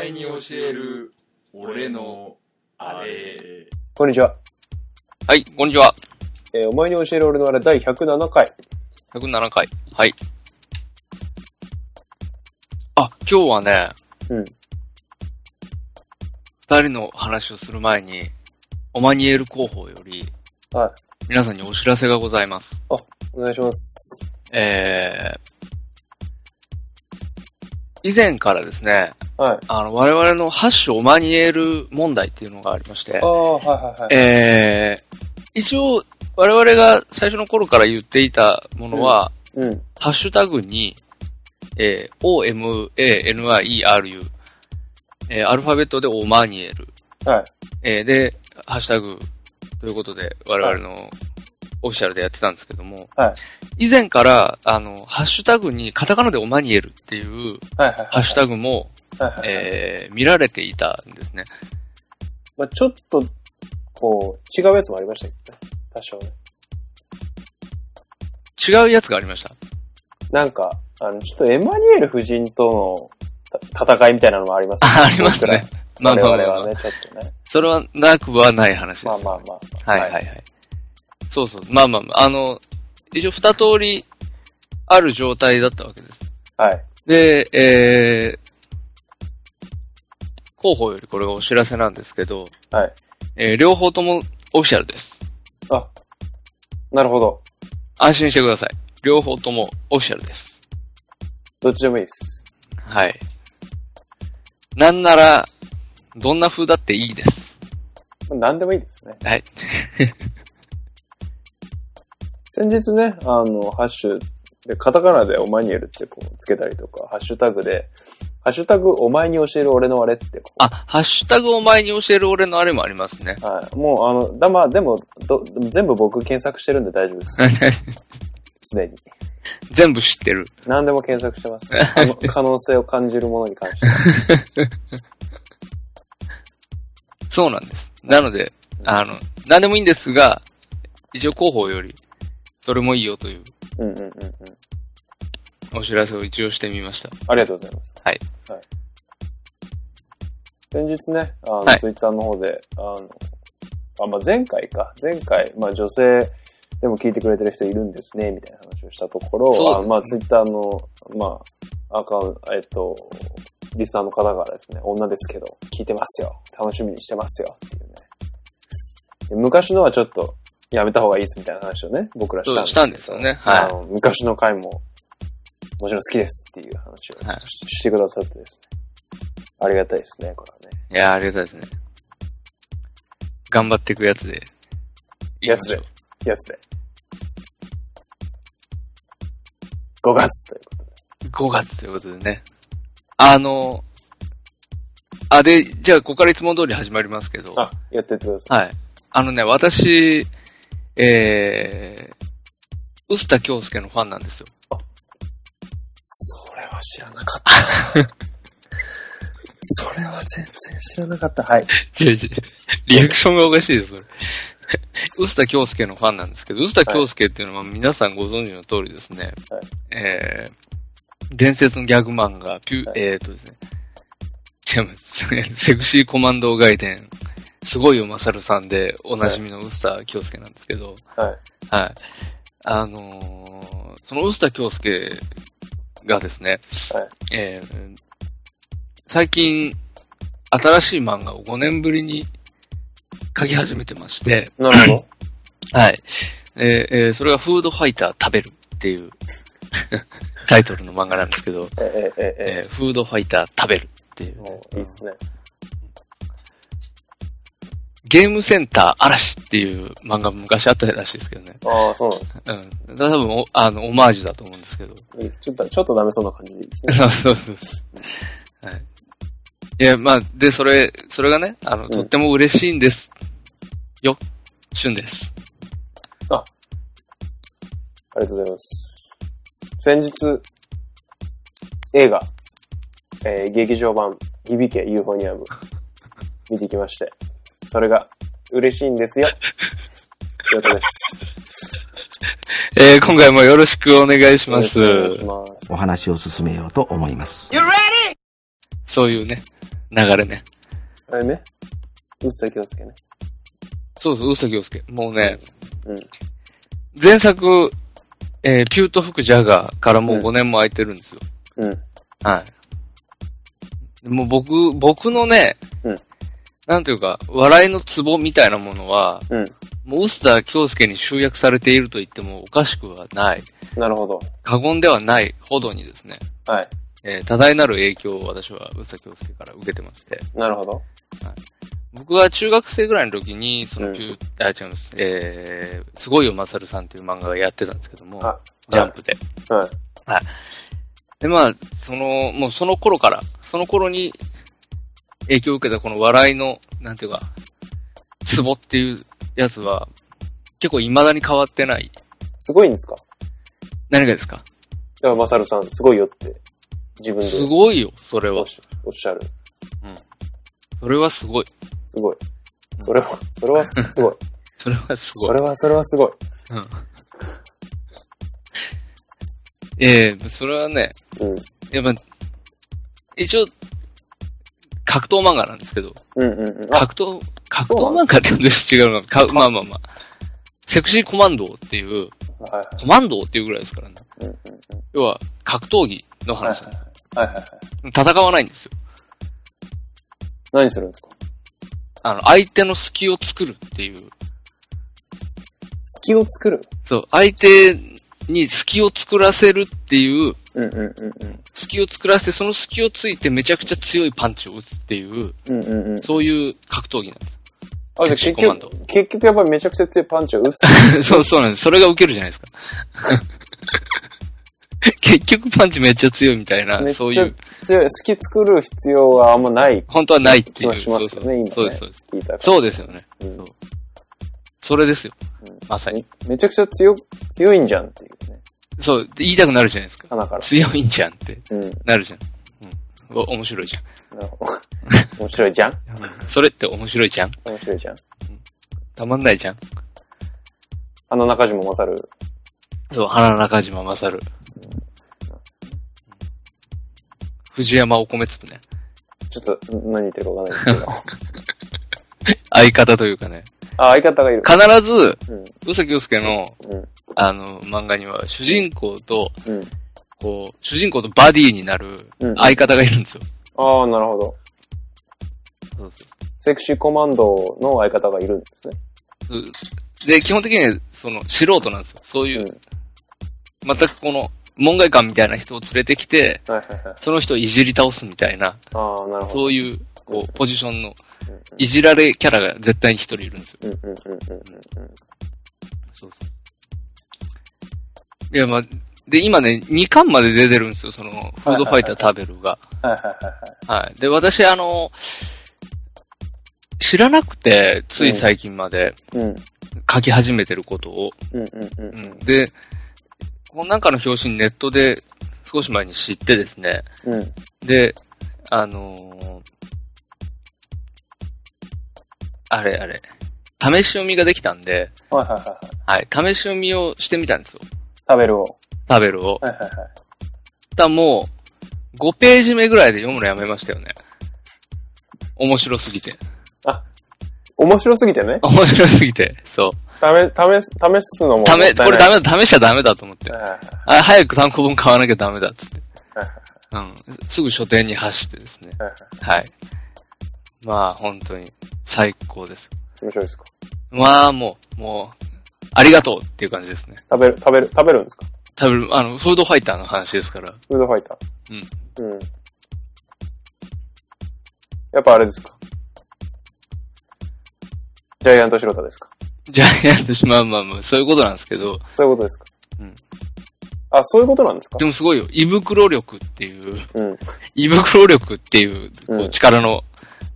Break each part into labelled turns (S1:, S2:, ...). S1: える俺のあれ
S2: こんにちは。
S3: はい、こんにちは。
S2: えーお前に教える俺のあれ第107回。
S3: 107回。はい。あ、今日はね、
S2: うん。
S3: 二人の話をする前に、オマニエル広報より、
S2: はい。
S3: 皆さんにお知らせがございます。
S2: お願いします。
S3: えー、以前からですね、
S2: はい。
S3: あの、我々のハッシュオマニエル問題っていうのがありまして
S2: あ、あ、はいはいはい。
S3: えー、一応、我々が最初の頃から言っていたものは、
S2: うん。
S3: ハッシュタグに、えー OMANIERU、えーアルファベットでオマニエル、
S2: はい。
S3: えーで、ハッシュタグということで、我々のオフィシャルでやってたんですけども、
S2: はい
S3: 以前から、あの、ハッシュタグにカタカナでオマニエルっていう
S2: はいはいはい。
S3: ハッシュタグも、
S2: はいはいはい。
S3: えー見られていたんですね。
S2: まあちょっと、こう、違うやつもありましたけどね。多少ね。
S3: 違うやつがありました。
S2: なんか、あの、ちょっとエマニュエル夫人とのた戦いみたいなのもあります
S3: あありますね。。まあ
S2: 僕
S3: ま
S2: ら
S3: あまあ
S2: 我々
S3: まあ
S2: はね、ちょっとね。
S3: それはなくはない話です。
S2: まあまあまあ。
S3: はいはいはい。そうそう。まあまあまあ、あの、一応二通りある状態だったわけです。
S2: はい。
S3: で、えー、広報よりこれがお知らせなんですけど、
S2: はい。
S3: えー両方ともオフィシャルです。
S2: あ、なるほど。
S3: 安心してください。両方ともオフィシャルです。
S2: どっちでもいいです。
S3: はい。なんなら、どんな風だっていいです。
S2: まあ何でもいいですね。
S3: はい。
S2: 先日ね、あの、ハッシュで、カタカナでオマニエルってこうつけたりとか、ハッシュタグで、ハッシュタグお前に教える俺のあれってこう
S3: あ、ハッシュタグを前に教える俺のあれもありますね。
S2: はい。もう、あの、だ、まあ、でも、ど、全部僕検索してるんで大丈夫です。常に。
S3: 全部知ってる。
S2: 何でも検索してます。可能可能性を感じるものに関しては。
S3: そうなんです。なので、あの、何でもいいんですが、一応広報より、それもいいよという
S2: うんうんうんうん。
S3: お知らせを一応してみました。
S2: ありがとうございます。
S3: はい。
S2: はい。先日ね、あの、
S3: はい
S2: ツイッターの方で、あの、あ、まあ、前回か。前回、まあ、女性でも聞いてくれてる人いるんですね、みたいな話をしたところ、
S3: そうですね
S2: あのまあ、ツイッターの、まあ、アカウント、えっと、リスナーの方からですね、女ですけど、聞いてますよ。楽しみにしてますよ。っていうね。で昔のはちょっと、やめた方がいいですみたいな話をね、僕らしたんで
S3: そう
S2: す
S3: したんですよね。
S2: あ
S3: は
S2: の昔の回も、もちろん好きですっていう話をし,、
S3: はい
S2: てくださってですね。ありがたいですね、これはね。
S3: い。いや、ありがたいですね。頑張っていくやつで。
S2: やつで。やつで。5月ということで。
S3: 5月ということでね。あの、あ、で、じゃあ、ここからいつも通り始まりますけど。
S2: あ、やってってください。
S3: はい。あのね、私、えー、臼田京介のファンなんですよ。
S2: それは知らなかった。 それは全然知らなかった。はい。
S3: 違う違う。 リアクションがおかしいです、それ。 臼田京介のファンなんですけど、臼田京介っていうのは皆さんご存知の通りですね。
S2: はい
S3: えー、伝説のギャグ漫画、ピュ、
S2: はい
S3: えーっとですね。違います。 セクシーコマンド外伝、すごいよまさるさんでおなじみの臼田京介なんですけど、
S2: はい。
S3: はい。あのーその臼田京介がですね、
S2: はい
S3: えー最近、新しい漫画を5年ぶりに書き始めてまして、
S2: なるほど。
S3: はい。えーえーそれがフードファイター食べるって いうタイトルの漫画なんですけど、
S2: えええええ
S3: えーフードファイター食べるってい
S2: え
S3: う、
S2: もういいですね。
S3: ゲームセンター嵐っていう漫画も昔あったらしいですけどね。
S2: ああ、そうなんで
S3: うん。多分お、あの、オマージュだと思うんですけど。
S2: すいいです。ちょっと、ちょっとダメそうな感じでいいですね。
S3: そうそうそう。はい。いや、まあ、で、それ、それがね、あの、
S2: ん
S3: とっても嬉しいんです。よ、しゅんです。
S2: ありがとうございます。先日、映画、えー劇場版、響けユーフォニアム、見てきまして、それが嬉しいんですよ。よかです。
S3: えー今回もよろしくお願いします。
S2: お願いします
S4: お話を進めようと思います。
S3: そういうね、流れね。
S2: あれね。ウスタ京介ね。
S3: そうそう、ウサギョウスケ。もうね、
S2: うん。
S3: 前作、えーピュート吹くジャガーからもう5年も空いてるんですよ。
S2: うん。
S3: はい。もう僕、僕のね、
S2: うん
S3: なんというか、笑いのツボみたいなものは、
S2: うん。
S3: もう臼田京介に集約されていると言ってもおかしくはない。
S2: なるほど。
S3: 過言ではないほどにですね、
S2: はい。
S3: えー多大なる影響を私は臼田京介から受けてまして、
S2: なるほど。
S3: 僕は中学生ぐらいの時に、そ
S2: うん
S3: のピュー、あ、違います、えー、すごいよまさるさんという漫画がやってたんですけども、
S2: あ
S3: ジャンプで。
S2: はい。
S3: で、まあ、その、もうその頃から、その頃に影響を受けたこの笑いの、なんていうか、ツボっていうやつは、結構未だに変わってない。
S2: すごいんですか
S3: 何がですか
S2: いや、マサルさん、すごいよって、自分です
S3: ごいよ、それ
S2: お
S3: は
S2: っ。しおっしゃる。
S3: それはすごい。
S2: すごい。それは、それは すすごい。
S3: それはすごい
S2: そ。れは、それはすごい。
S3: うんええそれはね、
S2: うん。
S3: やっぱ、一応、格闘漫画なんですけど、
S2: うんうんうん。あ、
S3: 格闘、格闘漫画って言うんです違うのか。まあまあまあ。セクシーコマンドっていう、
S2: はいはい。
S3: コマンドっていうぐらいですからね。
S2: うんうんうん。
S3: 要は、格闘技の
S2: はい
S3: 話なん
S2: は
S3: ですよ。
S2: いはい。はいはいはい。
S3: 戦わないんですよ。
S2: 何するんですか
S3: あの、相手の隙を作るっていう。
S2: 隙を作る
S3: そう、相手に隙を作らせるっていう、
S2: うんうんうんうん。
S3: 隙を作らせて、その隙をついてめちゃくちゃ強いパンチを打つっていう、
S2: うんうんうん。
S3: そういう格闘技なんです。
S2: あ、じゃあ結
S3: セクシーコマンド
S2: 局、結局やっぱりめちゃくちゃ強いパンチを打つ。
S3: そう、そうなんです。それが受けるじゃない ですか。結局パンチめっちゃ強いみた
S2: め
S3: いな、
S2: っち
S3: そうい
S2: ゃ
S3: う、
S2: 強い。隙作る必要はあんまない
S3: 本当はないって
S2: 気
S3: い
S2: が
S3: う。
S2: しま
S3: そう
S2: す
S3: そ
S2: よ
S3: う
S2: ね、今ね。
S3: そうです、そうです。
S2: 聞いた
S3: そうですよね。
S2: う。うん
S3: そうそれですよ
S2: うん。
S3: まさに。
S2: めちゃくちゃ強、強いんじゃんっていうね。
S3: そう、で言いたくなるじゃないですか。
S2: 花 から。
S3: 強いんじゃんって
S2: うん。なる
S3: なるじゃん。うん。お面白いじゃん。
S2: ほど。面白いじゃん
S3: それって面白いじゃん。
S2: 面白いじゃん。
S3: たまんないじゃん。
S2: あの中島勝る。
S3: そう、花中島まさる。藤山お米粒ね。
S2: ちょっと、何言ってるかわかんないですけど。
S3: 相方というかね。
S2: あ、相方がいる。
S3: 必ず、
S2: うん。
S3: 宇佐京介の、
S2: うん。
S3: あの、漫画には、主人公と、
S2: うん。
S3: こう、主人公とバディになる
S2: うん
S3: 相方がいるんですよ。
S2: ああ、なるほど。
S3: そうそう
S2: セクシーコマンドの相方がいるんですね。、。
S3: で、基本的に、その、素人なんですよ。そういううん全くこの、門外漢みたいな人を連れてきて、
S2: はいはいはい。
S3: その人をいじり倒すみたいな、
S2: ああ、なるほど。
S3: そういう、こう、ポジションの、
S2: うんうん
S3: いじられキャラが絶対に一人いるんですよ。
S2: うんうんうんうんうんうん。
S3: いや、まあ、で、今ね、2巻まで出てるんですよ、その、フードファイター食べるが。
S2: はいはいはいはい。
S3: はい。で、私、あの、知らなくて、つい最近まで
S2: うん。
S3: 書き始めてることを。
S2: うんうんうん
S3: う
S2: うん
S3: ん、で、このなんかの表紙にネットで少し前に知ってですね。
S2: うん。うん。
S3: で、あのーあれあれ、試し読みができたんで、
S2: はいはいはいはい。
S3: はい、試し読みをしてみたんですよ。
S2: 食べるを。
S3: タベルを。
S2: はいはいはい。
S3: ただもう、5ページ目ぐらいで読むのやめましたよね。面白すぎて。
S2: 面白すぎてね。
S3: 面白すぎて。そう。
S2: 試、試す、試すのももった
S3: た
S2: いな
S3: め、
S2: い。
S3: これダメだ、試しちゃダメだと思って。
S2: はいはい
S3: あ、早く単行本買わなきゃダメだっつって。
S2: はいはい
S3: うん。すぐ書店に走ってですね。
S2: はいはい。
S3: はい。まあ、本当に、最高です。
S2: 面白いですか
S3: まあ、もう、もう、ありがとうっていう感じですね。
S2: 食べる、食べる、食べるんですか
S3: 多分、あの、フードファイターの話ですから。
S2: フードファイター。うん。うん。やっぱあれですかジャイアントシロタですか
S3: ジャイアントし、まあまあまあ、そういうことなんですけど、
S2: そういうことですか
S3: うん。
S2: あ、そういうことなんですか
S3: でもすごいよ。胃袋力っていう、
S2: うん。
S3: 胃袋力っていう、こ
S2: う
S3: う、
S2: ん
S3: 力の、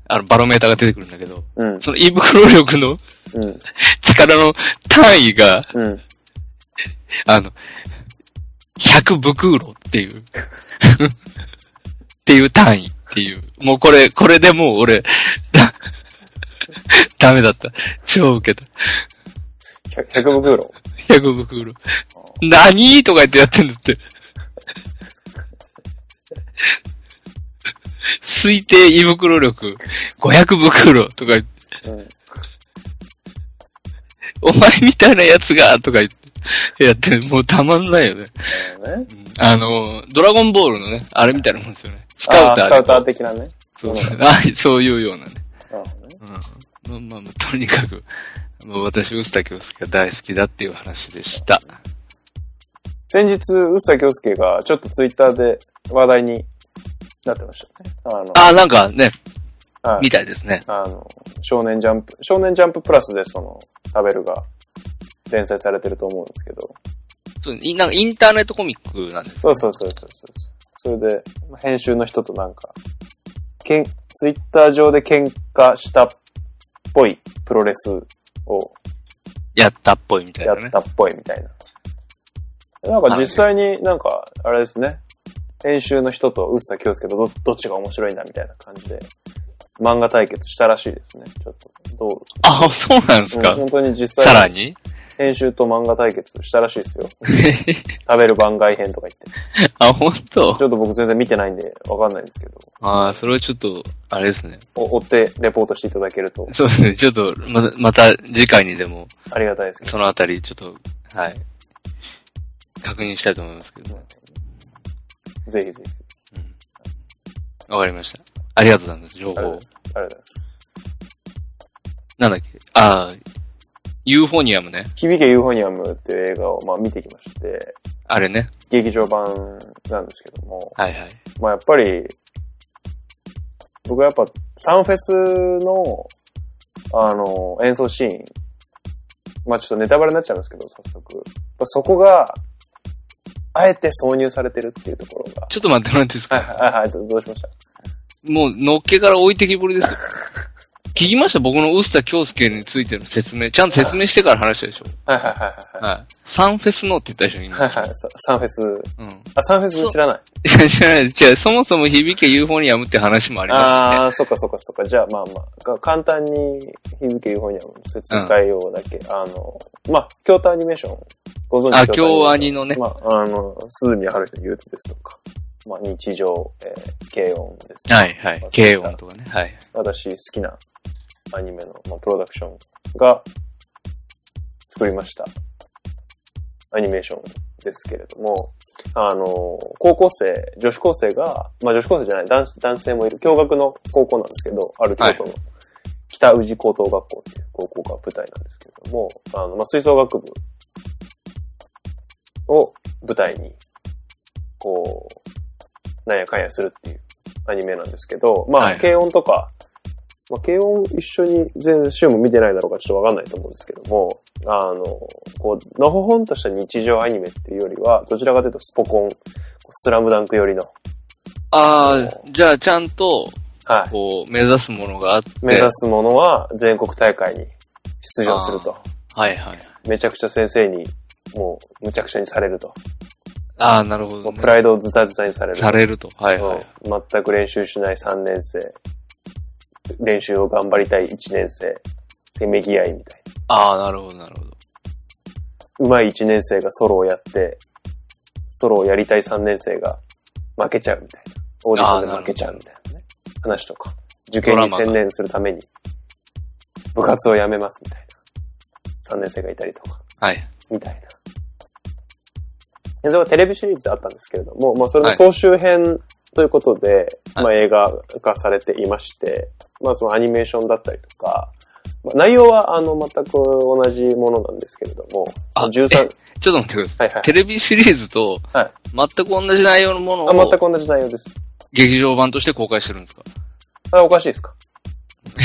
S3: あの、バロメーターが出てくるんだけど、
S2: うん。
S3: その胃袋力の
S2: うん。
S3: 力の単位が、
S2: うん。
S3: あの、100ブクーロっていう、 っていう単位っていう。もうこれ、これでもう俺、だ ダメだった。超受けた。
S2: 100 100袋。
S3: 100ブクーロ。何とか言ってやってんだって。推定胃袋力500袋とか言って、
S2: うん
S3: お前みたいなやつがとか言って、やって、もうたまんないよね。
S2: なるほどね
S3: あの、ドラゴンボールのね、あれみたいなもんですよね。ス
S2: あ
S3: カウ
S2: ー
S3: ター
S2: ス
S3: で
S2: カウター的なね。
S3: そうそう。あそういうようなね。
S2: なるほどね
S3: うん。まあまあ、とにかく、もう私、臼田京介が大好きだっていう話でした。
S2: 先日、臼田恭介がちょっとツイッターで話題になってましたね。あの、
S3: あ、なんかね、
S2: はい
S3: みたいですね。
S2: あの、少年ジャンプ、少年ジャンププラスでその、食べるが連載されてると思うんですけど、
S3: そういなんかインターネットコミックなんです。
S2: そうそうそうそうそうそう。それで、編集の人となんか、けん、ツイッター上で喧嘩したっぽいプロレスを
S3: やったっぽいみたい
S2: や
S3: な
S2: っ
S3: ね。
S2: たっぽいみたいな。なんか実際になんか、あれですね、編集の人と臼田恭介とどどっちが面白いんだみたいな感じで、漫画対決したらしいですね。ちょっと、どう
S3: あ、そうなんですか。
S2: 本当に実
S3: さら
S2: 際に
S3: に
S2: 編集と漫画対決したらしいですよ。食べる番外編とか言って。
S3: あ、本当
S2: ちょっと僕全然見てないんで、わかんないんですけど。
S3: ああ、それはちょっと、あれですね。
S2: お追ってレポートしていただけると
S3: そうですね。ちょっと、ま、また次回にでも、
S2: ありがたいですけど。
S3: そのあたり、ちょっと、はい。確認したいと思いますけど。
S2: ぜひぜひ。
S3: わかりました。ありがとうございます。情
S2: ありがとう
S3: 報
S2: ご。ざいます。
S3: なんだっけああ、ユーフォニアムね。
S2: 響けユーフォニアムっていう映画をまあ見てきまして、
S3: あれね。
S2: 劇場版なんですけども、
S3: はいはい。
S2: まあやっぱり、僕はやっぱサンフェスの、あの、演奏シーン、まあちょっとネタバレになっちゃうんですけど、早速。やっぱそこが、あえて挿入されてるっていうところが。
S3: ちょっと待ってもらっていいです
S2: はい
S3: か
S2: はいはい、どうしました
S3: もう、のっけから置いてきぼりで すよ。聞きました僕の臼田京介についての説明。ちゃんと説明してから話したでしょ
S2: はいはいはいはいはい。
S3: はい。サンフェスのって言ったでしょ今。
S2: はいはい、ササンフェス。
S3: うん。い
S2: あ、サンフェス知らない。
S3: や、知らないです。違う、そもそも響けユーフォニアムって話もありますし
S2: あ
S3: ね。
S2: あー、そっかそっかそっか。じゃあまあまあ、が簡単に日付ユーフォニアムの説明をだけ、あの、まあ、京都アニメーション、ご存知
S3: あ
S2: 都
S3: 京アニのね
S2: まあ、あの、鈴宮春日の憂鬱ですとか、まあ、日常、えー、軽音ですとか
S3: はいはい
S2: まあ。
S3: 軽音とかね。はい。
S2: 私好きなアニメの、まあ、プロダクションが作りましたアニメーションですけれども、あの、高校生、女子高生が、まあ女子高生じゃない、男子男性もいる、共学の高校なんですけど、ある京都の北宇治高等学校っていう高校が舞台なんですけれども、あの、まあ吹奏楽部を舞台に、こう、なんやかんやするっていうアニメなんですけど、まあ、
S3: はい
S2: 軽音とか、まあ、軽音一緒に全週も見てないだろうからちょっとわかんないと思うんですけども、あの、こう、のほほんとした日常アニメっていうよりは、どちらかというとスポコン、スラムダンク寄りの、
S3: ああ、じゃあちゃんと、
S2: はい。
S3: こう、目指すものがあって。
S2: 目指すものは全国大会に出場すると。
S3: はいはい。
S2: めちゃくちゃ先生に、もう、むちゃくちゃにされると。
S3: ああ、なるほ
S2: も
S3: ど、
S2: う
S3: ね。
S2: プライドをズタズタにされる。
S3: されると。はい
S2: そ
S3: は
S2: う
S3: い。
S2: 全く練習しない3年生。練習を頑張りたい1年生。せめぎ合いみたい
S3: ああ、なるほど、なるほど。
S2: な。上手い1年生がソロをやって、ソロをやりたい3年生が負けちゃうみたいな。オーディションで負けちゃうみたいなね。話とか。受験に専念するために、部活を辞めますみたいな。3年生がいたりとか。
S3: はい。
S2: みたいな。でそれはテレビシリーズであったんですけれども、まあそれの総集編ということで、
S3: はい
S2: まあ映画化されていまして、まあそのアニメーションだったりとか、まあ内容はあの全く同じものなんですけれども、
S3: あ
S2: 13、はい
S3: ちょっと待ってくださ
S2: はいはい
S3: い。テ。レビシリーズと、
S2: はい
S3: 全く同じ内容のもの
S2: あ、全く
S3: を、
S2: 同じ内容です。
S3: 劇場版として公開してるんですか
S2: あ、おかしいですか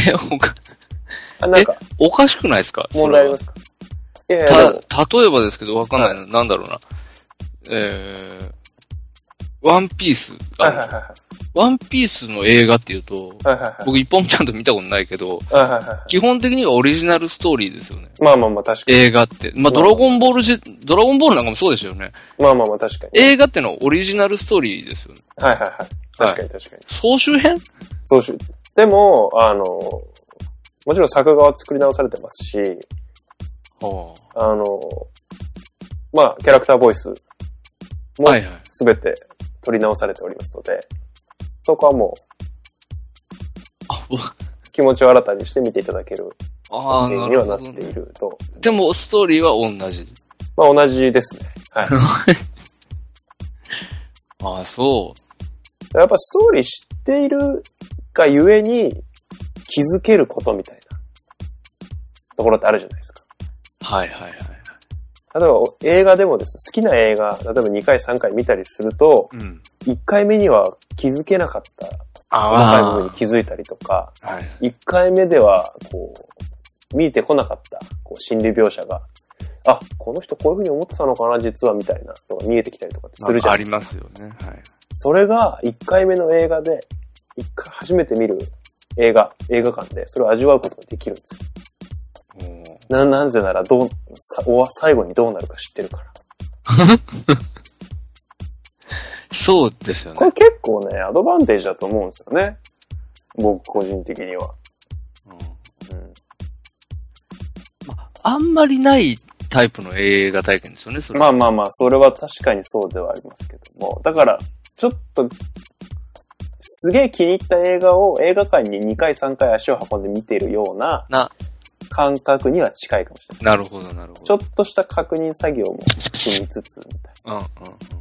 S3: え、おか、
S2: あ、なんか
S3: おかしくないですか
S2: 問題ありますかいやいや、
S3: そ
S2: で
S3: れ
S2: も
S3: はた、例えばですけど、わかんないな。なんだろうな。えー、ワンピース。あ
S2: はい
S3: の
S2: はいは
S3: ワンピースの映画っていうと、
S2: いはい。はいはいはい
S3: 僕一本もちゃんと見たことないけど、
S2: はいはいは
S3: 基本的にはオリジナルストーリーですよね。
S2: い。まあまあまあ確かに。
S3: 映画って。まあ、ドラゴンボールじ、ドラゴンボールなんかもそうですよね。
S2: まあまあまあ確かに。
S3: 映画ってのはオリジナルストーリーですよね。
S2: はいはいはい。確かに確かに。
S3: 総集編
S2: そうし、でも、あの、もちろん作画は作り直されてますし、
S3: は
S2: あの、まあ、キャラクターボイスも
S3: はいはい。
S2: すべて取り直されておりますので、そこはもう気持ちを新たにして見ていただける
S3: ああ、
S2: 作
S3: な
S2: 品に
S3: る
S2: は
S3: ほ
S2: なっ
S3: ど
S2: て。いると。
S3: でも、ストーリーは同じ。
S2: まあ同じですね。はい。
S3: ああ、そ
S2: やっぱストーリー知っているがゆえに気づけることみたいなところってあるじゃないですか。
S3: う。はいはいはい。
S2: 例えばお映画でもですね、好きな映画、例えば2回3回見たりすると、
S3: うん。
S2: 1回目には気づけなかった細かい部分に気づいたりとか、
S3: あ。はい。
S2: 1回目ではこう、見えてこなかったこう心理描写が、あ、この人こういう風に思ってたのかな、実はみたいなのが見えてきたりとかってするじゃな
S3: ああ
S2: いで
S3: り
S2: すか。
S3: ますよね。はい。
S2: それが1回目の映画で、一回初めて見る映画、映画館で、それを味わうことができるんですよ。
S3: おー
S2: な、なぜなら、どう、さお最後にどうなるか知ってるから。
S3: そうですよ
S2: こ
S3: ね
S2: れ。結構ね、アドバンテージだと思うんですよね。僕個人的には。
S3: うん
S2: うん。
S3: あんまりないタイプの映画体験ですよね、それ。
S2: まあまあまあ、それは確かにそうではありますけども。だから、ちょっと、すげえ気に入った映画を映画館に2回3回足を運んで見てるような
S3: な、
S2: 感覚には近いかもしれない。
S3: なるほど、なるほど。
S2: ちょっとした確認作業も積みつつ、みたいな。
S3: うんうんうん。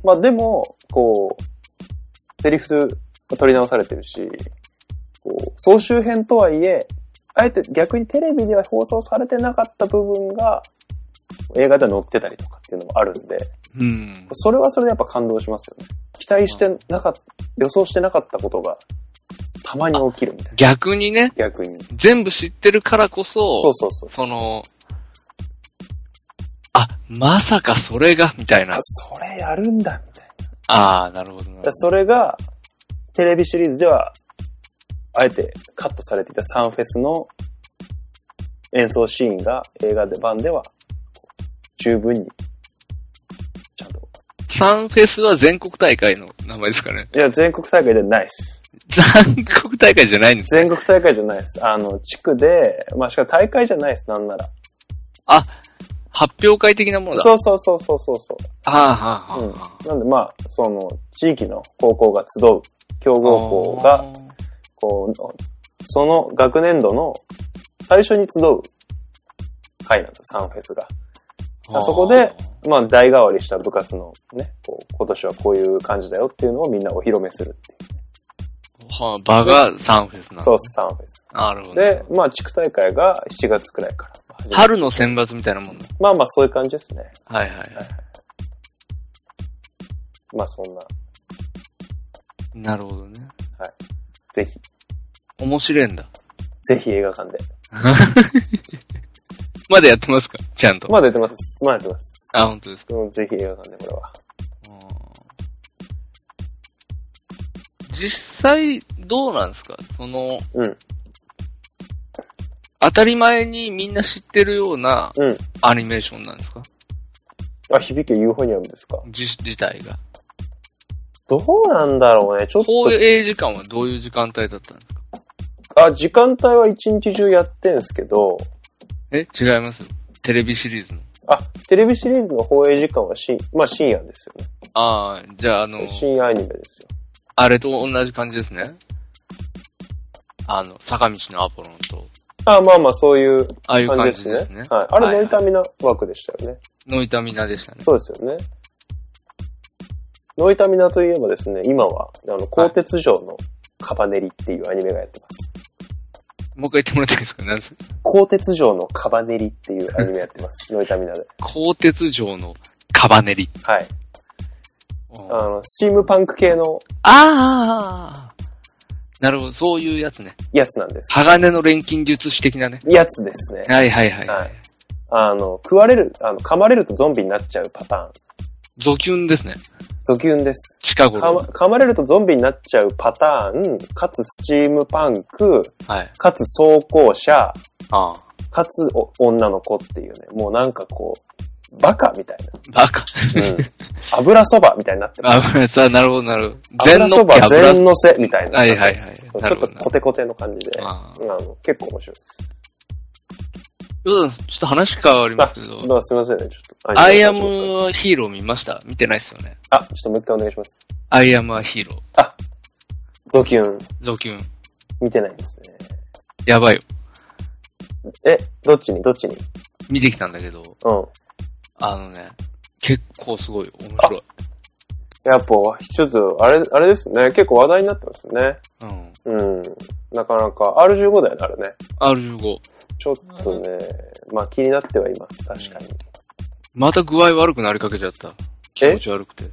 S2: まあでも、こう、セリフ取り直されてるし、こう、総集編とはいえ、あえて逆にテレビでは放送されてなかった部分が、映画では載ってたりとかっていうのもあるんで、
S3: うん。
S2: それはそれでやっぱ感動しますよね。期待してなかった、予想してなかったことが、たまに起きるみたいな。
S3: 逆にね、
S2: 逆に。
S3: 全部知ってるからこそ、
S2: そうそうそう。
S3: その、あ、まさかそれが、みたいな
S2: あ、。それやるんだ、みたいな。
S3: ああ、なるほど、なる
S2: だ
S3: ほ
S2: から
S3: ど。
S2: それが、テレビシリーズでは、あえてカットされていたサンフェスの演奏シーンが映画で版では十分に、ちゃんと。
S3: サンフェスは全国大会の名前ですかね。
S2: いや、全国大会じゃないです。
S3: 全国大会じゃないんです。
S2: 全国大会じゃないです。あの、地区で、まあ、しかも大会じゃないです、なんなら。
S3: あ、発表会的なものだ。
S2: そうそうそうそうそうそ
S3: ああ、はあ、
S2: う。
S3: は
S2: うん
S3: あ。。
S2: なんで、まあ、その、地域の高校が集う、強豪校が、こう、その学年度の最初に集う会なんですよ、サンフェスが。
S3: あー
S2: そこで、まあ、代替わりした部活のね、こう今年はこういう感じだよっていうのをみんなお披露目するっていう。
S3: はあ、場がサンフェスなんだ
S2: そう、サンフェス。
S3: なるほど。
S2: で、まあ、地区大会が7月くらいから始まる。
S3: 春の選抜みたいなもんだ。
S2: まあまあ、そういう感じですね。
S3: はいはい。
S2: はいまあ、そんな、
S3: なるほどね。
S2: ぜひ、
S3: 面白いんだ。
S2: ぜひ映画館で。
S3: まだやってますかちゃんと。
S2: まあ、出てます。まあ、出てます。
S3: あ、本当ですか。
S2: うんぜひ映画館で、これは。
S3: 実際、どうなんですかその、
S2: うん
S3: 当たり前にみんな知ってるような
S2: うん
S3: アニメーションなんですか、
S2: あ、響けユーフォニアムですか。
S3: じ自体が。
S2: どうなんだろうね。ちょっと
S3: 放映時間はどういう時間帯だったんですか
S2: あ、時間帯は一日中やってんすけど、
S3: え違いますテレビシリーズの。
S2: あ、テレビシリーズの放映時間はし、まあ深夜ですよ
S3: ああ、じゃあ、あの、
S2: ね。深夜アニメですよ。
S3: あれと同じ感じですね。あの、坂道のアポロンと、
S2: あ、まあまあそういう
S3: ああいう
S2: 感
S3: 感
S2: じ
S3: じ
S2: で
S3: ですすね
S2: ね。。はい。あれ、ノイタ
S3: ミ。
S2: ミナ枠でしたよね。
S3: ノイタミナでしたね。
S2: そうですよね。ノイタミナといえばですね、今は、あの、鋼鉄城のカバネリっていうアニメがやってます。
S3: もう一回言ってもらっていいですか何ですか
S2: 鋼鉄城のカバネリっていうアニメやって ます。ノイタミナで。
S3: 鋼鉄城のカバネリ。
S2: はい。あ
S3: あ
S2: の、スチームパンク系の
S3: あーなるほど、そういうやつね。
S2: やつなんです。
S3: 鋼の錬金術師的なね。
S2: やつですね。
S3: はいはいはい。
S2: はい。あの、食われる、あの、噛まれるとゾンビになっちゃうパターン。
S3: ゾキュンですね。
S2: ゾキュンです。
S3: 近
S2: 噛ま
S3: 頃。
S2: 噛まれるとゾンビになっちゃうパターン、かつスチームパンク、
S3: はい。
S2: かつ装甲車、
S3: ああ。
S2: かつお女の子っていうね、もうなんかこう、バカみたい
S3: バ カ。
S2: な。うん。油そばみたいになってます。
S3: あ、さあ、なるほどなるほど。
S2: 油そば
S3: 油
S2: 全のせみたいな。
S3: はいはいはいな
S2: ちょっ
S3: るほど
S2: とコテコテの感じで、
S3: あ
S2: うんあの結構面白いです。
S3: ヨダさんちょっと話変わりますけど
S2: だ。からすいませんね、ちょっと。
S3: アイアムヒーロー見ました見てないっすよね。
S2: あ、ちょっともう一回お願いします。
S3: アイアムヒーロー。
S2: ゾキュン、
S3: ゾキュン。
S2: 見てないですね。
S3: やばいよ。
S2: え、どっちにどっちに
S3: 見てきたんだけ
S2: う
S3: ど、
S2: ん。
S3: あのね、結構すごいよ。面白い。
S2: やっぱ、ちょっと、あれ、あれですね。結構話題になってますよね。
S3: う
S2: う
S3: ん。
S2: ん。なかなか、R15 だよね、あれね。
S3: R15。
S2: ちょっとね、まあ気になってはいます、確かに。
S3: また具合悪くなりかけちゃった。気持ち悪くて。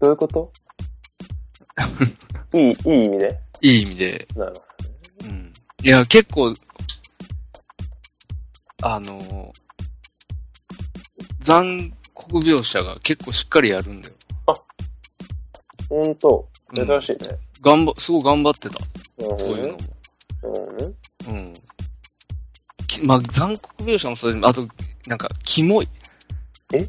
S2: どういう こといい、いい意味で
S3: いい意味で。
S2: なの。
S3: うん。いや、結構、あの、残酷描写が結構しっかりやるんだよ。
S2: ほんと、
S3: うん
S2: 珍しいね。
S3: 頑張、すごい頑張ってた。
S2: うん。
S3: そういうのも。
S2: うん。
S3: うん。きまあ、残酷描写もそうだし、あと、なんか、キモい。
S2: え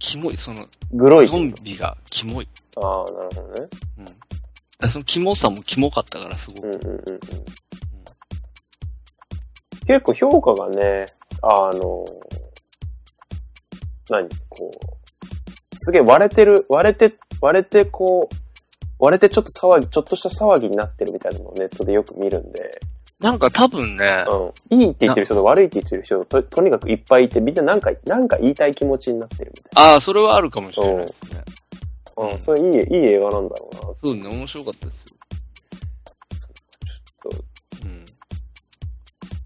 S3: キモい、その、
S2: グロい。
S3: ゾンビがキモい。
S2: ああ、なるほどね。
S3: うん。あそのキモさもキモかったから、すご
S2: う
S3: く。
S2: んうんうんうん。結構評価がね、あの、何こう、すげえ割れてる、割れて、割れてこう、割れてちょっと騒ぎ、ちょっとした騒ぎになってるみたいなのをネットでよく見るんで、
S3: なんか多分ね、
S2: うん。いいって言ってる人と悪いって言ってる人と、とにかくいっぱいいて、みんななんか、なんか言いたい気持ちになってるみたい
S3: ああ、それはあるかもしれないですね。
S2: な。うん。それいい、いい映画なんだろうな。ちょ
S3: そうね、面白かったですよ。
S2: っ
S3: うん。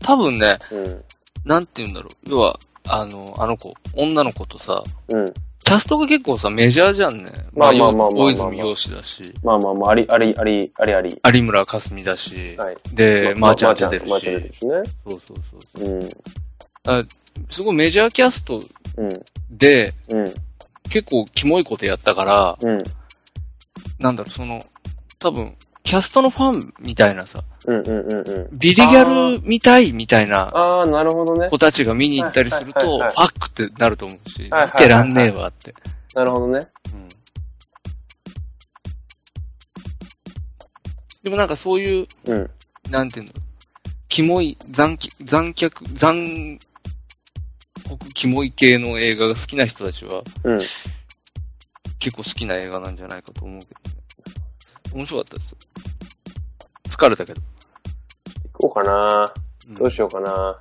S3: 多分ね、
S2: と、うん。
S3: なんて言うんだろう。要は、あの、あの子、女の子とさ、
S2: うん。
S3: キャストが結構さ、メジャーじゃんね。
S2: まあまあまあまあまあ
S3: 大泉洋氏だし、
S2: まあまあまあ、あり、あり、あり、ありあり。
S3: 有村架純だし、
S2: はい。
S3: で、まー、ちゃん出てるし、
S2: まーちゃん出てるしね。
S3: そうそうそうそう。
S2: うん。
S3: すごいメジャーキャスト
S2: うん。
S3: で、
S2: うん。
S3: 結構キモいことやったから、
S2: うん。
S3: なんだろう、その、多分、キャストのファンみたいなさ、
S2: うん。うん。うん。うん。
S3: ビリギャル見たいみたいな
S2: ああ、なるほどね
S3: 子。たちが見に行ったりすると、
S2: はいはいはいはい
S3: パックってなると思うし、
S2: はいはいはいはい
S3: 見てらんねえわって。
S2: なるほどね。
S3: うんでもなんかそういう、
S2: うん。
S3: なんていうの、キモい、残き、残客、残酷キモい系の映画が好きな人たちは、
S2: うん。
S3: 結構好きな映画なんじゃないかと思うけどね。面白かったですよ。疲れたけど。
S2: 行こうかな。
S3: うん
S2: どうしようかな。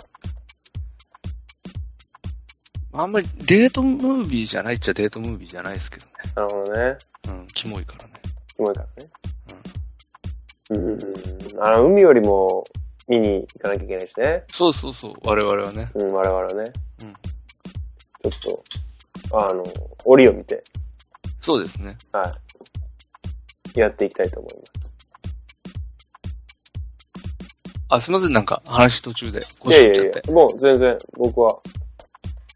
S3: あんまりデートムービーじゃないっちゃデートムービーじゃないですけどね。
S2: なるほどね。
S3: うん、キモいからね。
S2: すごいからね。うん。うん。うん。あの、海よりも見に行かなきゃいけないしね。
S3: そうそうそう、我々はね。
S2: うん、我々はね。
S3: うん
S2: ちょっと、あの、折を見て、
S3: そうですね。
S2: はい。やっていきたいと思います。
S3: あ、すいません、なんか話途中で
S2: いや
S3: 腰折っ
S2: い
S3: ちゃ
S2: や
S3: っ
S2: い
S3: て。
S2: や、もう全然、僕は、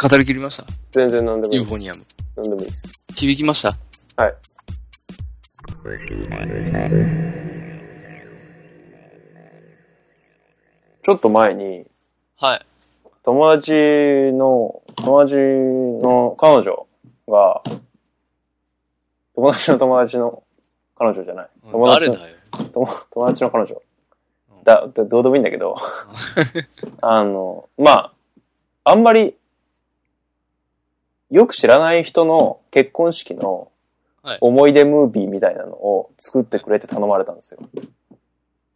S3: 語り切りました
S2: 全然何でもいい
S3: ユー
S2: で
S3: フォ
S2: す。
S3: ニアム。
S2: 何でもいいです。
S3: 響きました
S2: はい。ちょっと前に、
S3: はい。
S2: 友達の、友達の彼女が、友達の友達の彼女じゃない。友達
S3: 誰
S2: の
S3: だよ。
S2: 友友達の彼女だだどうでもいいんだけ どあのまああんまりよく知らない人の結婚式の
S3: はい
S2: 思い出ムービーみたいなのを作ってくれって頼まれたんですよ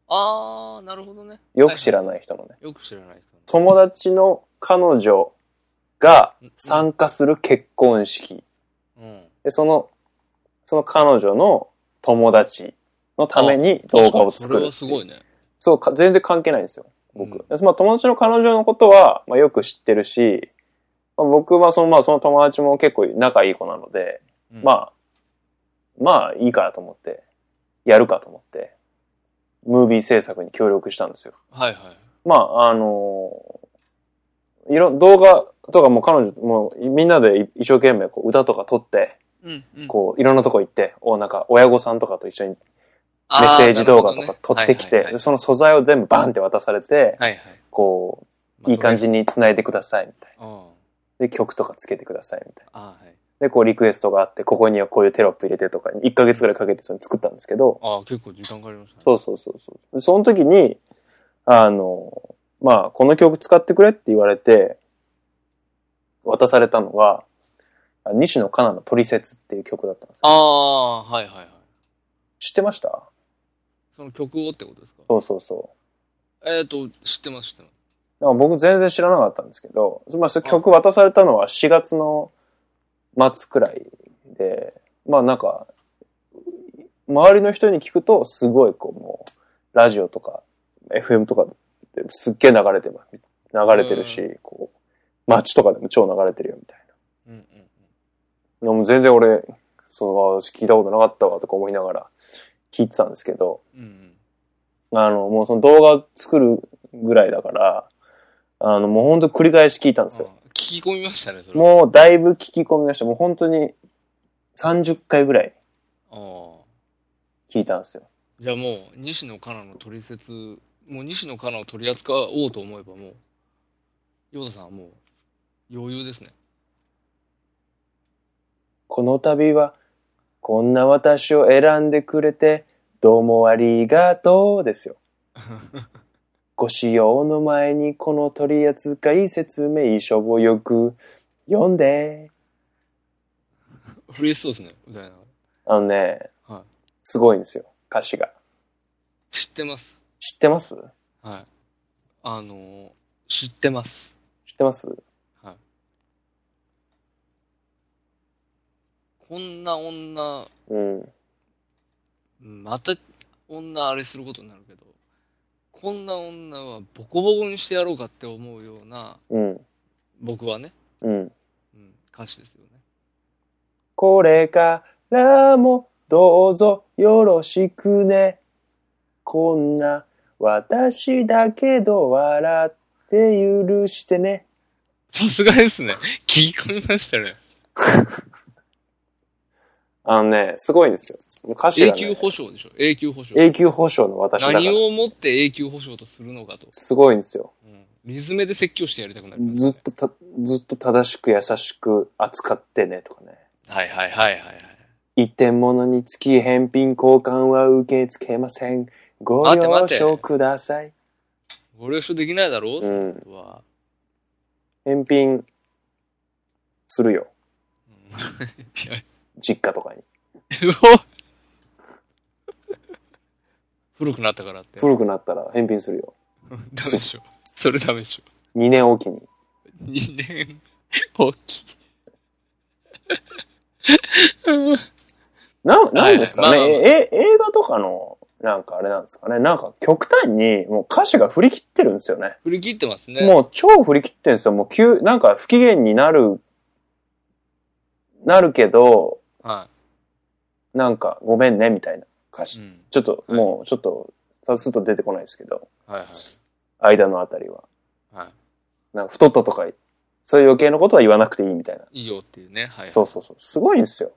S3: あー、なるほどね。
S2: よく知らない人のね、
S3: よく知らない人ね
S2: 友達の彼女が参加する結婚式
S3: うん。
S2: でそのその彼女の友達のために動画を作る
S3: それはすごいね。
S2: そうか全然関係ないんですよ僕、
S3: うん
S2: まあ友達の彼女のことは、まあ、よく知ってるし、まあ、僕はその,、まあ、その友達も結構仲いい子なので、
S3: うん
S2: まあまあいいかと思ってやるかと思ってムービー制作に協力したんですよ
S3: はいはい。
S2: まああのーいろ動画とかもう彼女もうみんなで一生懸命こう歌とか撮って
S3: うん、うん。
S2: こういろんなとこ行っておなんか親御さんとかと一緒にメ
S3: あ
S2: ッセージ動画とか撮ってきて、
S3: はいはいは
S2: で
S3: い
S2: その素材を全部バンって渡されて、
S3: はいはい
S2: こう
S3: まあ
S2: いい感じに繋いでください、みたい
S3: うん。あ
S2: な。で、曲とかつけてください、みたいな。
S3: ーはい。
S2: で、こう、リクエストがあって、ここにはこういうテロップ入れてとか、1ヶ月ぐらいかけてそれ作ったんですけど、
S3: あー、結構時間かかりましたね。
S2: そうそうそうそう。その時に、あの、まあ、この曲使ってくれって言われて、渡されたのが、あ西野カナのトリセツっていう曲だったんですよ。
S3: あー、はいはいはい。
S2: 知ってました
S3: その曲をってことですか
S2: そうそうそ
S3: えっ、と、知ってます、知ってます。
S2: なんか僕全然知らなかったんですけど、まあ、そ曲渡されたのは4月の末くらいで、まあなんか、周りの人に聞くと、すごいこうもう、ラジオとか、FM とかですっげえ流れてます。流れてる
S3: う
S2: し、こう、街とかでも超流れてるよみたい
S3: うんうん
S2: な。でも全然俺、その、あ聞いたことなかったわとか思いながら聞いてたんですけど、
S3: うん。うん
S2: あの、もうその動画作るぐらいだから、あの、もうほんと繰り返し聞いたんですよ。
S3: 聞き込みましたね、それ。
S2: もうだいぶ聞き込みました。もう本当に30回ぐらい
S3: あ
S2: 聞いたんですよ。
S3: あ。じゃあもう、西野カナの取説、もう西野カナを取り扱おうと思えばもう、ヨウダさんはもう、余裕ですね。
S2: この度は、こんな私を選んでくれて、どうもありがとうですよ。ご使用の前にこの取扱説明書をよく読んで。
S3: フリーストですね、歌いなが
S2: あのね、
S3: ら。はい。
S2: すごいんですよ。歌詞が。
S3: 知ってます。
S2: 知ってます
S3: はい。あのー知ってます。
S2: 知ってます
S3: はい。こんな女、
S2: うん。
S3: また女あれすることになるけど、こんな女はボコボコにしてやろうかって思うような、
S2: うん。
S3: 僕はね、
S2: うん。
S3: うん、歌詞ですよね。
S2: これからもどうぞよろしくね。こんな私だけど笑って許してね。
S3: さすがです ね。聞き込みましたね。
S2: あのね、すごいんですよ。歌詞
S3: 永
S2: が、
S3: 久
S2: ね、
S3: 保証でしょ永久保証。
S2: 永久保証の私だから
S3: 何をもって永久保証とするのかと。
S2: すごいんですよ。
S3: うん、リズムで説教してやりたくなりますね。
S2: ずっとた、ずっと正しく優しく扱ってねとかね。
S3: はいはいはいはいはい。
S2: 一点物につき返品交換は受け付けません。ご
S3: 待って待
S2: 了
S3: って
S2: 承ください。
S3: ご了承できないだろう、
S2: うん
S3: それは。
S2: 返品するよ。
S3: うんいや
S2: 実家とかに。
S3: うお 古くなったからって。
S2: 古くなったら返品するよ。
S3: ダメでしょ。それダメでしょ。
S2: 2年おきに。
S3: 2年大き い。
S2: な、なんですかね、
S3: はいはいまあま
S2: え、え映画とかの、なんかあれなんですかねなんか極端にもう歌詞が振り切ってるんですよね。
S3: 振り切ってますね。
S2: もう超振り切ってるんですよ。もう急、なんか不機嫌になる、なるけど、
S3: は
S2: なんかごめんね、みたいな歌
S3: い。
S2: 詞。
S3: うん。
S2: ちょっと、
S3: はい
S2: もうちょっと、さすっと出てこないですけど、
S3: はいはい。
S2: 間のあたりは。
S3: は
S2: なんか太ったとか、そういう余計なことは言わなくていいみたいな。
S3: い。いいよっていうね。はい。
S2: そうそうそう。すごいんですよ。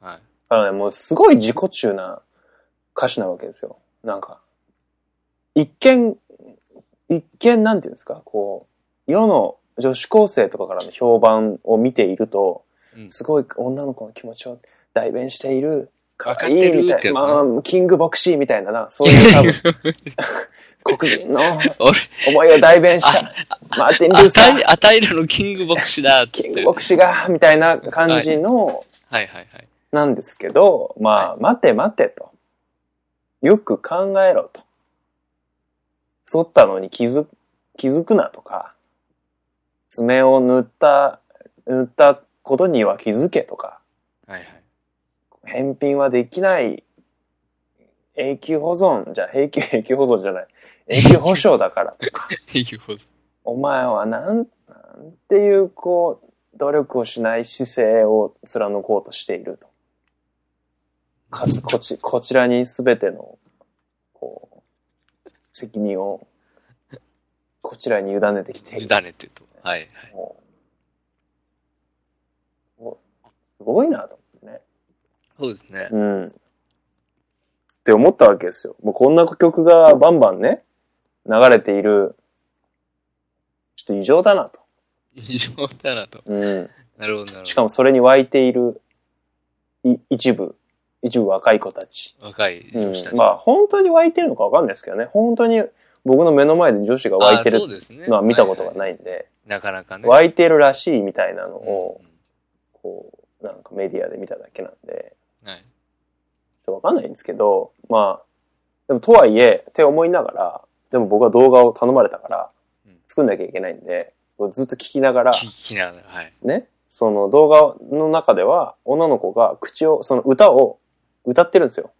S3: はい。
S2: あのね、もうすごい自己中な歌詞なわけですよ。なんか、一見、一見なんていうんですか、こう、世の女子高生とかからの評判を見ていると、
S3: うん
S2: すごい女の子の気持ちを代弁している、かわい
S3: わかって
S2: い
S3: る
S2: み
S3: ったて
S2: い
S3: やつ
S2: な、
S3: ね
S2: まあ、キングボクシーみたいなな、そういう多分黒人の
S3: 俺、
S2: 思いを代弁した、マーティン・ルー
S3: あ
S2: サ
S3: た
S2: ー、
S3: い、あたいらのキングボクシーだっつ
S2: キン
S3: っ
S2: グ
S3: て。
S2: ボ
S3: は
S2: クシーが、みたいな感じの、
S3: いはいはい。
S2: なんですけど、まあ、待て待てと。よく考えろと。太ったのに気づ、気づくなとか、爪を塗った、塗ったことには気づけとか、
S3: はいはい。
S2: 返品はできない、永久保存、じゃ、永久、永久保存じゃない、永久保証だからとか、
S3: 永久保存。
S2: お前はなん、なんていう、こう、努力をしない姿勢を貫こうとしていると。かつ、こち、こちらに全ての、こう、責任を、こちらに委ねてきてい
S3: 委
S2: る。
S3: ねてと。はいはい。
S2: もうもうすごいなと思ってね。
S3: そうですね。
S2: うん。って思ったわけですよ。もうこんな曲がバンバンね、流れている、ちょっと異常だなと。
S3: 異常だなと。
S2: うん。
S3: なるほどなる
S2: しか
S3: ほど。
S2: もそれに湧いているい一部、一部若い子たち。
S3: 若い
S2: うん
S3: 女子たち。
S2: まあ本当に湧いてるのかわかんないですけどね。本当に僕の目の前で女子が湧いて
S3: あそう
S2: る
S3: ですね
S2: のは見たことが
S3: は
S2: ないんで、
S3: いなかなかね。
S2: 湧いてるらしいみたいなのを
S3: う、ん
S2: こう、なんかメディアで見ただけなんで、
S3: はい。
S2: ちょっとわかんないんですけど、まあ、でもとはいえ、って思いながら、でも僕は動画を頼まれたから
S3: うん、
S2: 作んなきゃいけないんで、ずっと聞きながら、
S3: 聞きながら、はい。
S2: ね、その動画の中では、女の子が口を、その歌を歌ってるんですよ。だか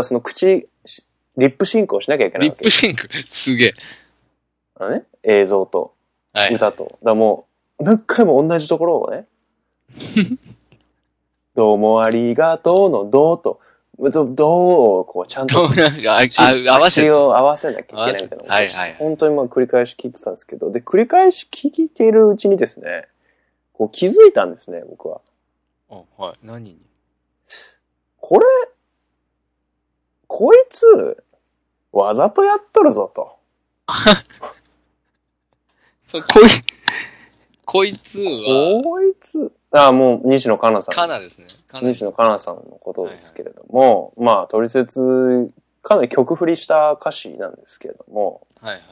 S2: らその口、しリップシンクをしなきゃいけない
S3: リッ
S2: わけ
S3: プ。シンク、すげえ。
S2: あのね、映像と
S3: はい。
S2: 歌と。だからもう、何回も同じところを ね、どうもありがとうのどうと、どどうをこうちゃんと
S3: どう なんか、ああ合わ
S2: 口
S3: せて。
S2: を合わせなきゃいけないみたいなことを
S3: 合わせてはいはい
S2: 本当にまあ繰り返し聞いてたんですけど、で、繰り返し聞いているうちにですね、こう気づいたんですね、僕は。
S3: あはい。何に
S2: これ、こいつ、わざとやっとるぞと。
S3: そう、こい、 こいつは、
S2: こいつ、あもう西野カナさん。
S3: カナですね。カナ。
S2: 西野カナさんのことですけれども、まあ、トリセツ、かなり曲振りした歌詞なんですけれども、
S3: はいはい。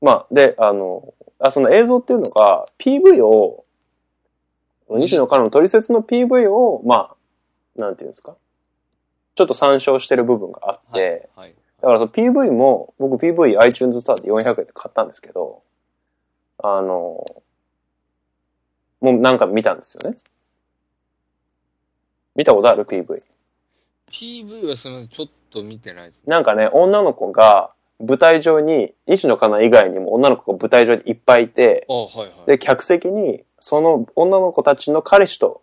S2: まあ、で、あの、あその映像っていうのが、PV を、西野カナのトリセツの PV を、まあ、なんていうんですか。ちょっと参照してる部分があって、
S3: はい。はい。
S2: だからその PV も、僕 PV iTunes スターで400円で買ったんですけど、あの、もうなんか見たんですよね。見たことある ?PV。
S3: PV はすみません、ちょっと見てないです。
S2: なんかね、女の子が舞台上に、西野カナ以外にも女の子が舞台上にいっぱいいて、
S3: あはいはい。
S2: で、客席に、その女の子たちの彼氏と、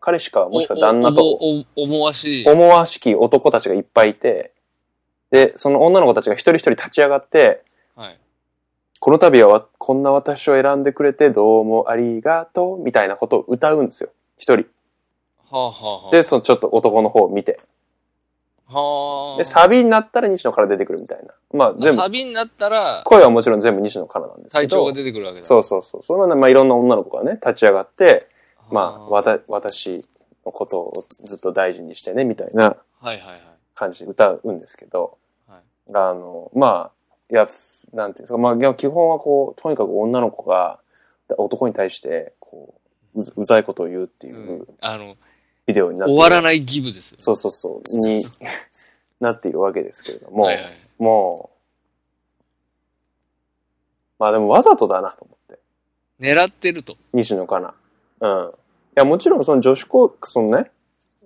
S2: 彼氏かもしくは旦那と、
S3: おおお思わしい。
S2: 思わしき男たちがいっぱいいて、で、その女の子たちが一人一人立ち上がって、
S3: はい。
S2: この度はわこんな私を選んでくれてどうもありがとうみたいなことを歌うんですよ。一人。
S3: はあ、はあはあ、
S2: で、そのちょっと男の方を見て。
S3: はあ。
S2: で、サビになったら西野から出てくるみたいな。まあ全部、
S3: サビになったら、
S2: 声はもちろん全部西野からなんですけ
S3: 隊長
S2: ど
S3: が。出てくるわけだ。
S2: そうそうそう。そのままいろんな女の子がね、立ち上がって、まあ、わ
S3: は
S2: た、私のことをずっと大事にしてね、みたいな
S3: あはいはいはい。
S2: 感じで歌うんですけど、
S3: はい。
S2: あの、まあ、やつ、なんていうんですか、まあ、でも基本はこう、とにかく女の子が男に対して、こう、うざうざいことを言うっていううん
S3: あの、
S2: ビデオになって、
S3: 終わらないギブですよ。
S2: そうそうそう、に なっているわけですけれども、
S3: はいはい。
S2: もう、まあでもわざとだなと思って、
S3: 狙ってると。
S2: 西野カナ。うん。いや、もちろんその女子高、そのね、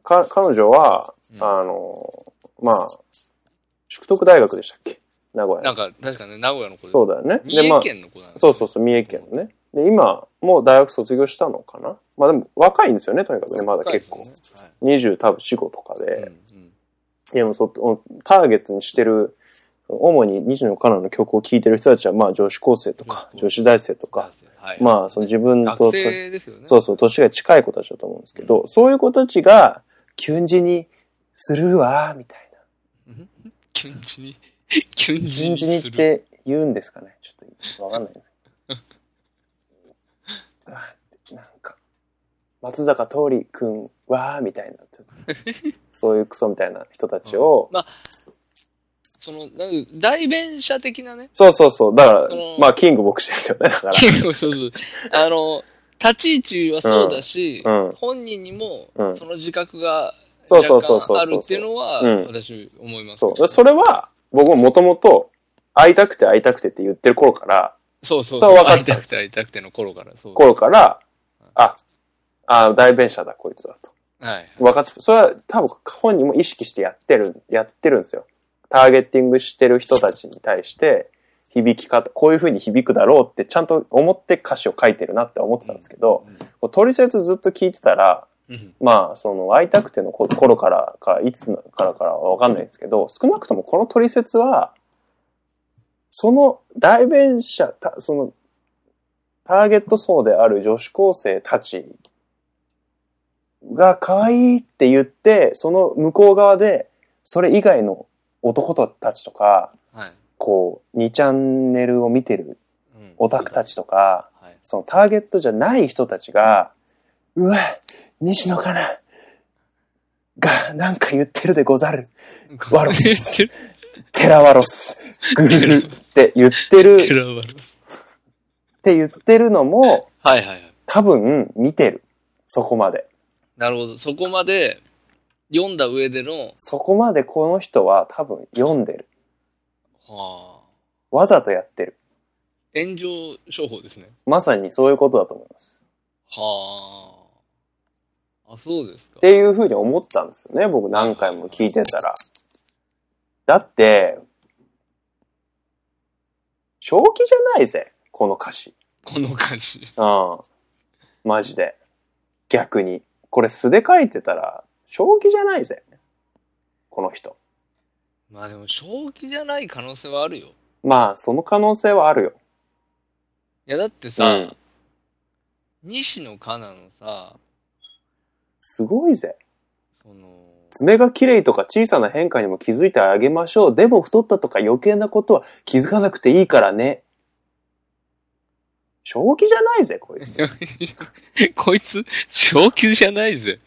S2: か、彼女は、
S3: うん
S2: あの、まあ、淑徳大学でしたっけ名古屋の
S3: なんか、確かね、名古屋の子です。
S2: そうだよね。
S3: 三
S2: でま
S3: 重
S2: あ、
S3: 県の子なんです、
S2: そうそうそう、三重県のね。で、今、もう大学卒業したのかなまあでも、若いんですよね、とにかくね、まだ
S3: 若いで
S2: 結
S3: すよ
S2: 構
S3: ね。。はい
S2: 20多分4、5とか
S3: うん
S2: で。
S3: うん
S2: でもそ、ターゲットにしてる、主に西野カナの曲を聴いてる人たちは、まあ女子高生とか、
S3: 女
S2: 女子大生とか、、
S3: はい、
S2: まあその自分と
S3: 学、生ですよね。
S2: そうそう、年が近い子たちだと思うんですけど、そういう子たちが、キュンジにするわ、みたいな。
S3: うん。キュンジに、キュン
S2: キュ
S3: ジ
S2: ン
S3: に
S2: ジにっ
S3: する。
S2: て言うんですかねちょっとわかんないですけど。あなんか、松坂桃李くんは、みたいな、ちょっとそういうクソみたいな人たちを、
S3: まあ、その、なんか代弁者的なね、
S2: そうそうそう、だから
S3: その、
S2: まあ、キング牧師ですよね、だから。
S3: 結構 そうそう。あの、立ち位置はそうだし、
S2: うん
S3: 本人にも
S2: うん
S3: その自覚が
S2: そうそ
S3: 若
S2: うそうそう
S3: 干あ
S2: そ
S3: る
S2: う。
S3: っていうのは、
S2: うん
S3: 私思います
S2: そ
S3: ね。
S2: う。それは、僕ももともと、会いたくて会いたくてって言ってる頃から、
S3: そうそう
S2: そ
S3: そうう。
S2: 分か
S3: 会
S2: っ
S3: い
S2: てた
S3: たくて会いたくての頃から。そう
S2: 頃から、あ、あ、代弁者だ、こいつだと。
S3: はい。
S2: 分かってたそれは多分本人も意識してやってる、やってるんですよ。ターゲッティングしてる人たちに対して、響き方、こういう風に響くだろうってちゃんと思って歌詞を書いてるなって思ってたんですけど、こうトリセツずっと聞いてたら、
S3: うん。
S2: まあ、その、会いたくてのこ頃からか、いつからからはわかんないんですけど、少なくともこのトリセツは、その代弁者、たその、ターゲット層である女子高生たちが可愛いって言って、その向こう側で、それ以外の男たちとか、
S3: はい。
S2: こう、2チャンネルを見てる
S3: うん
S2: オタクたち。とか、
S3: はい。
S2: そのターゲットじゃない人たちが、うわ、西野かなが、なんか言ってるでござる。ワロステラワロス、グーって言ってる、っ
S3: テラワロス
S2: て言ってるのも、
S3: はいはいはい。
S2: 多分見てる。そこまで。
S3: なるほど。そこまで読んだ上での、
S2: そこまでこの人は多分読んでる。
S3: はあ。
S2: わざとやってる。
S3: 炎上商法ですね。
S2: まさにそういうことだと思います。
S3: はあ。あ、そうですか
S2: っ。ていうふうに思ったんですよね。僕何回も聞いてたら。だって、正気じゃないぜ、この歌詞。
S3: この歌詞。
S2: うん。マジで。逆に。これ素で書いてたら、正気じゃないぜ。この人。
S3: まあでも、正気じゃない可能性はあるよ。
S2: まあ、その可能性はあるよ。
S3: いや、だってさ、
S2: うん
S3: 西野カナのさ、
S2: すごいぜ。
S3: その、
S2: 爪が綺麗とか小さな変化にも気づいてあげましょう。でも太ったとか余計なことは気づかなくていいからね。正気じゃないぜ、こいつ。
S3: こいつ、正気じゃないぜ。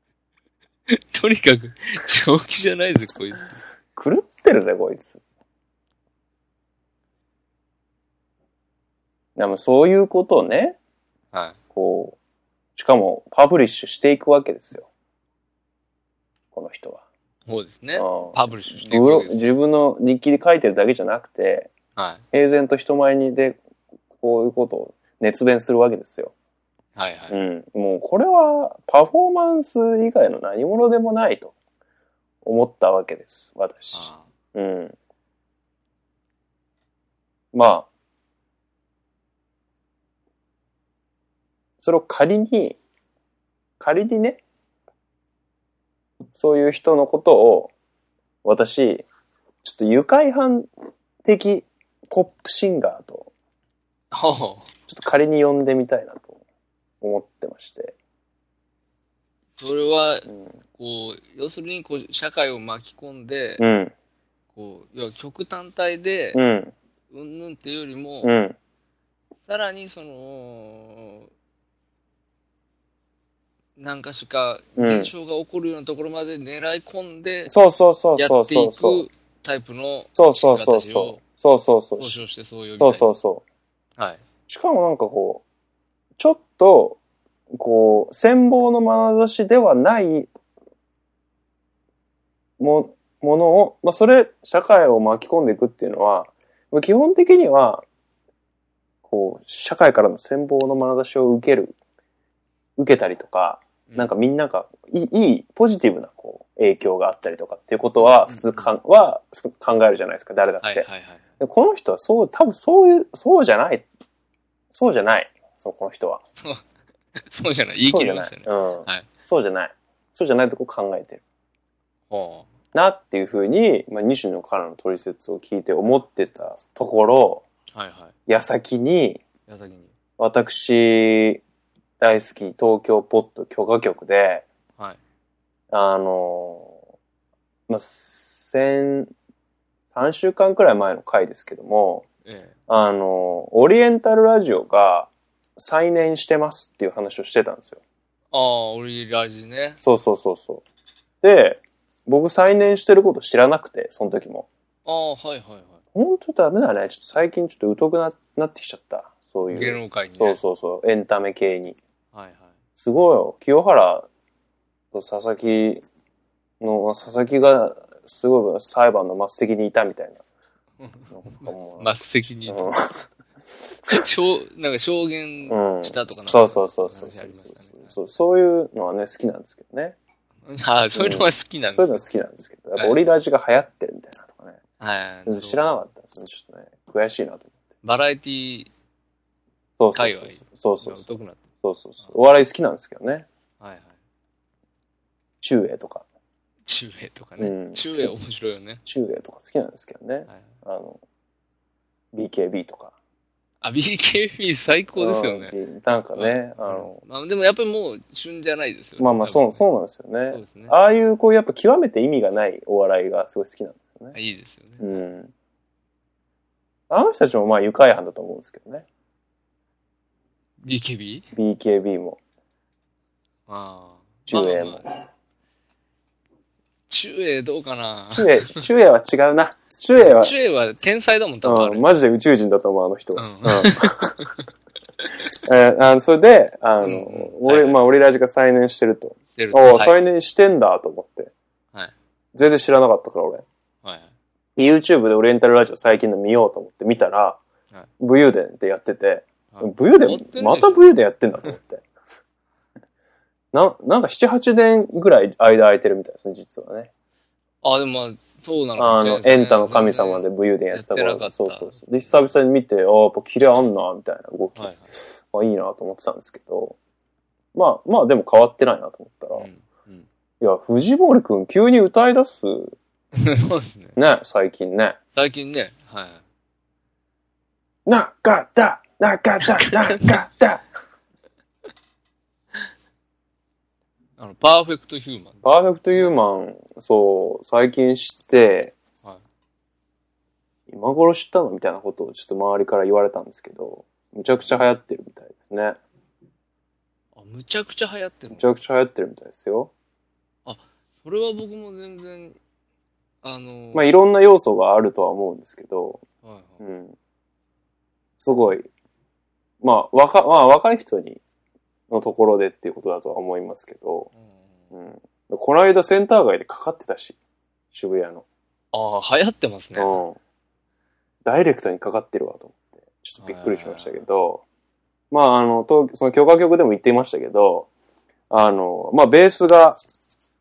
S3: とにかく、正気じゃないぜ、こいつ。
S2: 狂ってるぜ、こいつ。でもそういうことをね、
S3: は
S2: こう、しかもパブリッシュしていくわけですよ。この人は。
S3: い。そうですね。
S2: うん
S3: パブリッシュしていく
S2: ブ
S3: わ
S2: ロ
S3: けです。
S2: 自分の日記で書いてるだけじゃなくて、
S3: は
S2: 平然と人前にで、こういうことを熱弁するわけですよ。
S3: い。はいは
S2: う
S3: い。
S2: ん。もうこれはパフォーマンス以外の何者でもないと思ったわけです、私。
S3: あ
S2: うん。まあ、それを仮に、仮にね、そういう人のことを、私、ちょっと愉快犯的ポップシンガーと、
S3: あほう
S2: ちょっと仮に呼んでみたいなと思ってまして。
S3: それは、
S2: うん。
S3: こう、要するに、こう、社会を巻き込んで、
S2: うん。
S3: こう、要は極単体で、
S2: うん。
S3: うんぬんっていうよりも、
S2: うん。
S3: さらに、その、何かしか
S2: うん
S3: 現象が起こるようなところまで狙い込んで、
S2: そうそうそう
S3: や
S2: そ
S3: っ
S2: う
S3: てい
S2: そうそう。
S3: くタイプの
S2: そうそうそうそう。そうそうそう。
S3: 交渉してそう呼びた
S2: そ
S3: いう
S2: そうそう。
S3: はい。
S2: しかもなんかこう、ちょっと、こう、戦望の眼差しではないも、ものを、まあそれ、社会を巻き込んでいくっていうのは、まあ基本的には、こう、社会からの戦望の眼差しを受ける、受けたりとか、なんかみんながいいいい、ポジティブなこう影響があったりとかっていうことは、普通かん、は考えるじゃないですか、誰だって。
S3: はいはい はい。
S2: でこの人はそう、多分そういう、そうじゃない。そうじゃない。そう、この人は。
S3: そうじゃない。言い
S2: そうじ
S3: 切り
S2: ゃな
S3: ま
S2: い
S3: したね。。
S2: うん。
S3: はい
S2: そうじゃない。そうじゃないとこ考えてる
S3: ほ
S2: なっていうふうに、まあ、西野からの取説を聞いて思ってたところ、
S3: うはいは
S2: 矢先に、
S3: い。矢先に。
S2: 私、大好き東京ポッド許可局で、
S3: はい。
S2: あの、まあ、先、3週間くらい前の回ですけども、
S3: え
S2: あの、オリエンタルラジオが再燃してますっていう話をしてたんですよ。
S3: え。ああ、オリラジね。
S2: そうそうそうそう。で、僕再燃してること知らなくて、その時も。
S3: ああ、はいはいは
S2: ほんとダメだね。ちょっと最近ちょっと疎くななってきちゃった。そう
S3: い。
S2: い
S3: 芸
S2: う。
S3: 能界にね。
S2: そうそうそう。エンタメ系に。
S3: はいはい。
S2: すごいよ。清原と佐々木の、佐々木がすごい裁判の末席にいたみたい な。なんかもう
S3: 末席に、
S2: うん
S3: 証なんか証言
S2: うん
S3: したとかなんか
S2: そうそうそうそう
S3: 話
S2: そ
S3: あ
S2: う
S3: りましたね
S2: そう。そういうのはね、好きなんですけどね。
S3: ああ、そういうのは好きなん
S2: そ
S3: で
S2: うい
S3: す
S2: う
S3: ね
S2: の好きなんですけど、やっぱオリラジが流行ってるみたいなとかね。
S3: はい。
S2: 知らなかったですね。ちょっとね、悔しいなと
S3: バラエティ
S2: 思って。
S3: 界
S2: そう
S3: 隈
S2: そう
S3: ー
S2: そう
S3: が
S2: そう。
S3: 疎くなって
S2: そうそうそう。お笑い好きなんですけどね。
S3: はいはい。
S2: 中英とか。
S3: 中英とか
S2: う
S3: ね
S2: ん。
S3: 中英面白いよね。
S2: 中英とか好きなんですけどね。
S3: はい。
S2: あの、BKB とか。
S3: あ、BKB 最高ですよね。
S2: うん。なんかね、あの、
S3: まあ、でもやっぱりもう旬じゃないですよね。
S2: まあまあ、
S3: 多
S2: そう、
S3: 分
S2: そうなんですよ
S3: そう
S2: ね
S3: で。すね。
S2: ああいう、こう、やっぱ極めて意味がないお笑いがすごい好きなんですよね。
S3: いいですよね。
S2: うん。あの人たちもまあ、愉快犯だと思うんですけどね。
S3: BKB?
S2: BKB も。
S3: ああ。
S2: 中英
S3: ま
S2: も
S3: あ。まあ中英どうかな
S2: 中英、中英は違うな。中英は、
S3: 中英は天才だもん、多分あ
S2: う
S3: れ。
S2: ん、マジで宇宙人だと思う、あの人は。
S3: う
S2: うん んえーあのそれで、あの、
S3: うんうん
S2: 俺、
S3: はいはい
S2: まあ、俺らじが再燃してると。
S3: してる
S2: おお、
S3: はい
S2: 再燃してんだと思って。
S3: はい
S2: 全然知らなかったから、俺。
S3: はい。
S2: YouTube でオリエンタルラジオ最近の見ようと思って見たら、
S3: はい
S2: 武勇伝ってやってて、
S3: はい
S2: 武勇
S3: やってんね
S2: 伝、また武勇伝やってんだと思 って。な、なんか7、8年ぐらい間空いてるみたいですね、実はね。
S3: あ、でもまあ、そうなの
S2: あ
S3: かもしれな
S2: の
S3: い、ですね
S2: エンタの神様で。武勇伝やってた
S3: や
S2: 頃
S3: ってなかった
S2: そうそうそう。で、久々に見て、ああ、やっぱキレあんな、みたいな動き、
S3: はいはい。
S2: あいいなと思ってたんですけど、まあ、まあでも変わってないなと思ったら、
S3: うん
S2: いや、藤森くん急に歌い出す
S3: うん そうですね。
S2: ね、最近ね。
S3: 最近ね、はい。
S2: なかったなかったなか った
S3: あの、パーフェクトヒューマン。
S2: パーフェクトユーマン、そう、最近知って、
S3: は
S2: 今頃知ったのみたいなことをちょっと周りから言われたんですけど、むちゃくちゃ流行ってるみたいですね。
S3: あ、むちゃくちゃ流行ってる
S2: むち。ゃくちゃ流行ってるみたいですよ。
S3: それは僕も全然、あの、
S2: まあいろんな要素があるとは思うんですけど、
S3: はいは
S2: う
S3: い
S2: ん。すごい、まあ若、まあ若い人に、のところでっていうことだとは思いますけど、
S3: うん
S2: うん。この間センター街でかかってたし、渋谷の。
S3: ああ、流行ってますね。
S2: うん。ダイレクトにかかってるわと思って、ちょっとびっくりしましたけど、まあ、あの、東その許可局でも言っていましたけど、あの、まあ、ベースが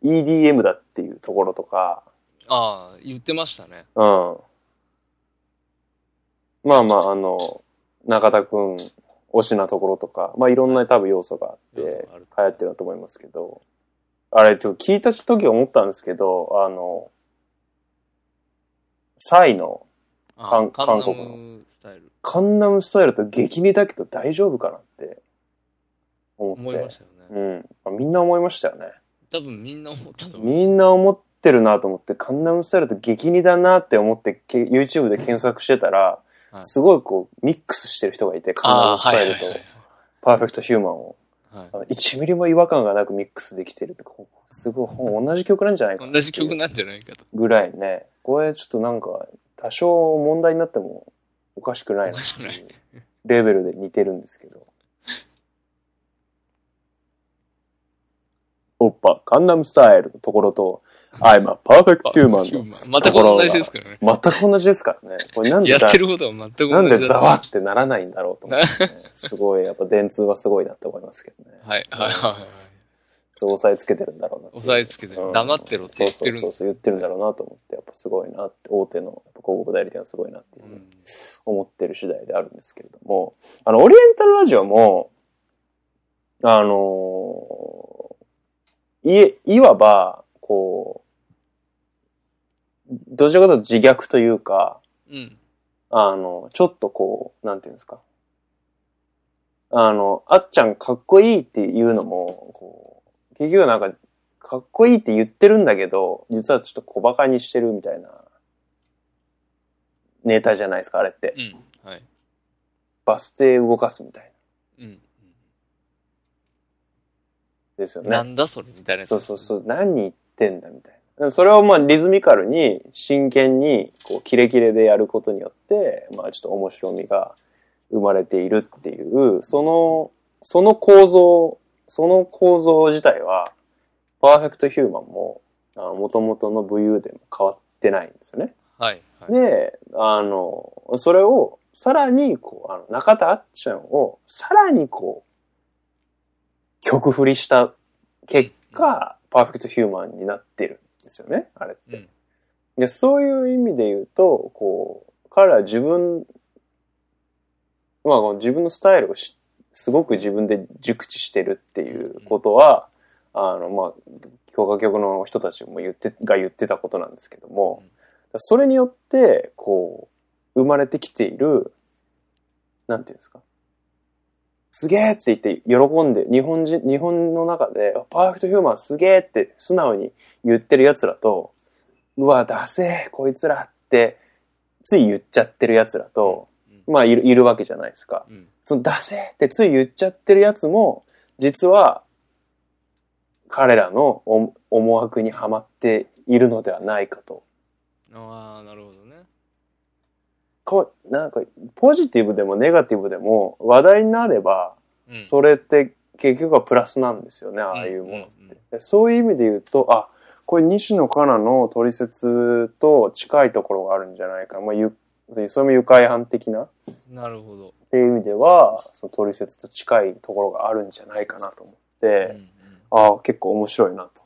S2: EDM だっていうところとか、
S3: ああ、言ってましたね。
S2: うん。まあまあ、あの、中田くん推しなところとか、まあ、いろんな多分要素があって、
S3: 要素がある
S2: 流行ってると思いますけど、あれ、ちょっと聞いた時思ったんですけど、あの、サイの、
S3: ああ
S2: 韓
S3: カンナ
S2: 韓国
S3: ムスタイル。
S2: カンナムスタイルと激似だけど大丈夫かなって思って。
S3: 思いましたよね。
S2: うん。あみんな思いましたよね。
S3: 多分みんな思ったと思う。
S2: みんな思ってるなと思って、カンナムスタイルと激似だなって思って、け YouTube で検索してたら、
S3: はい
S2: すごいこう、ミックスしてる人がいて、カンナ
S3: ああ、
S2: ムス
S3: はい
S2: タイ
S3: はいは
S2: ルと
S3: い。
S2: パーフェクトヒューマンを。
S3: はい
S2: あの1ミリも違和感がなくミックスできてるとか、すごい、ほん同じ曲なんじゃないかな
S3: 同じ曲なんじゃないかと。
S2: ぐらいね。これちょっとなんか、多少問題になってもおかしくない
S3: お
S2: な
S3: か
S2: っ
S3: してくない
S2: いうレベルで似てるんですけど。おっぱ、カンナムスタイルのところと、I'm a perfect human の
S3: またこれ同じですからね。
S2: 全く同じですからね。これなんで
S3: や
S2: だ
S3: ってることは全く
S2: な
S3: 同
S2: ん
S3: じ
S2: でザワ
S3: だ
S2: ってならないんだろう と思ってね、すごい、やっぱ電通はすごいなって思いますけどね。
S3: はいはいはいはい。
S2: そう押さえつけてるんだろうなっていう。
S3: 押さえつけてる黙ってろって言ってる
S2: そうそうそうそう言ってるんだろうなと思って、やっぱすごいなって、大手のやっぱ広告代理店はすごいなっていうう、
S3: ん
S2: 思ってる次第であるんですけれども、あの、オリエンタルラジオも、あのーい、いわば、こう、どちらかというと自虐というか、
S3: うん。
S2: あの、ちょっとこう、なんていうんですか。あの、あっちゃんかっこいいっていうのも、こう、結局なんか、かっこいいって言ってるんだけど、実はちょっと小馬鹿にしてるみたいな、ネタじゃないですか、あれって。
S3: うん。はい。
S2: バス停動かすみたいな。
S3: うん。
S2: ですよ
S3: な
S2: ね。
S3: んだそれみたいなやつ。
S2: そうそうそう、何言ってんだみたいな。でもそれをまあリズミカルに、真剣に、こう、キレキレでやることによって、まあちょっと面白みが生まれているっていう、その、その構造、その構造自体は、パーフェクトヒューマンも、あの元々の武勇伝も変わってないんですよね。
S3: はいはい。
S2: で、あの、それを、さらに、こう、あの、中田あっちゃんを、さらにこう、曲振りした結果、パーフェクトヒューマンになってるんですよね、あれって。
S3: うん
S2: で、そういう意味で言うと、こう、彼は自分、まあ、この自分のスタイルをしすごく自分で熟知してるっていうことは、あの、まあ、強化局の人たちも言って、が言ってたことなんですけども、それによって、こう、生まれてきている、なんていうんですか。すげえって言って喜んで、日本人、日本の中で、あパーフェクトヒューマンすげえって素直に言ってる奴らと、うわ、ダセーこいつらって、つい言っちゃってる奴らと、
S3: うん
S2: まあ、いる、いるわけじゃないですか。
S3: うん。
S2: その、ダセーってつい言っちゃってる奴も、実は、彼らの思思惑にはまっているのではないかと。
S3: ああ、なるほどね。
S2: こうなんかポジティブでもネガティブでも話題になれば
S3: うん。
S2: それって結局はプラスなんですよね、ああいうものって、
S3: うんうんうん
S2: でそういう意味で言うとあこれ西野カナの取説と近いところがあるんじゃないか。まあ、ゆそれも愉快犯的なっ
S3: なるほど。
S2: ていう意味では、その取説と近いところがあるんじゃないかなと思って、
S3: うん
S2: ああ、結構面白いな、と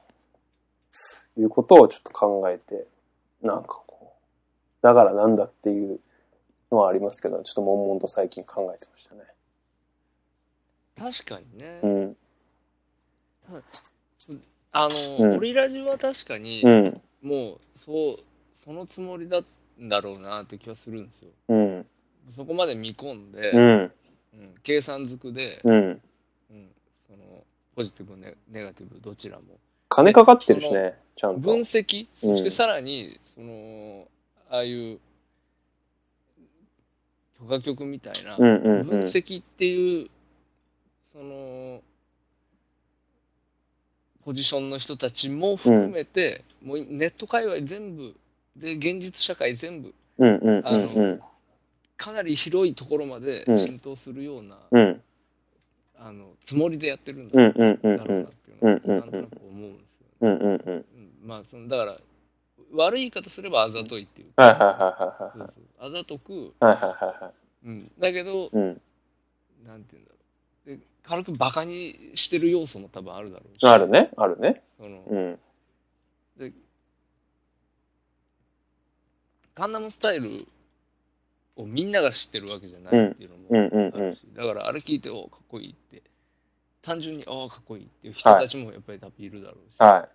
S2: いうことをちょっと考えて、なんかこう、だからなんだっていうのはありますけど、ちょっと悶々と最近考えてましたね。
S3: 確かにね。
S2: うん。
S3: あの、
S2: うん
S3: オリラジは確かに、
S2: うん。
S3: もう、そう、そのつもりだんだろうなって気がするんですよ。
S2: うん。
S3: そこまで見込んで、
S2: うん。
S3: うん計算づくで、
S2: うん。
S3: うんそのポジティブ、ネネガティブ、どちらも。
S2: 金かかってるしね、ちゃんと
S3: 分。析、
S2: うん
S3: そしてさらに、その、ああいう、許可局みたいな、
S2: うんうんう
S3: 分
S2: ん。
S3: 析っていう、その、ポジションの人たちも含めて、もうネット界隈全部、で、現実社会全部、
S2: うんうん
S3: あの、
S2: うん
S3: かなり広いところまで
S2: うん
S3: 浸透するような、
S2: うん。うん
S3: あの、つもりでやってるんだ
S2: う
S3: ろ
S2: んうんう
S3: うんなっ
S2: う
S3: て
S2: ん。
S3: いうのを、
S2: うんうんうん
S3: なんとなく思うんですよね。
S2: うんうんうん。
S3: うんまあ、その、だから、悪い言い方すればあざといっていう。
S2: はいはいはいはい
S3: そ
S2: は
S3: うそうあざとく、
S2: い。はいはいはいは
S3: うん。だけど、
S2: い。うん。
S3: なんて言うんだろう。で軽くバカにしてる要素も多分あるだろうし。
S2: あるね、あるね。
S3: その、
S2: うん。
S3: カンナムスタイルをみんなが知ってるわけじゃないっていうの
S2: うん
S3: も
S2: うん
S3: あ
S2: う
S3: る
S2: ん。
S3: し、だからあれ聞いて、おかっこいいって、単純に、ああ、かっこいいっていう人たちもやっぱり多分いるだろうし、
S2: は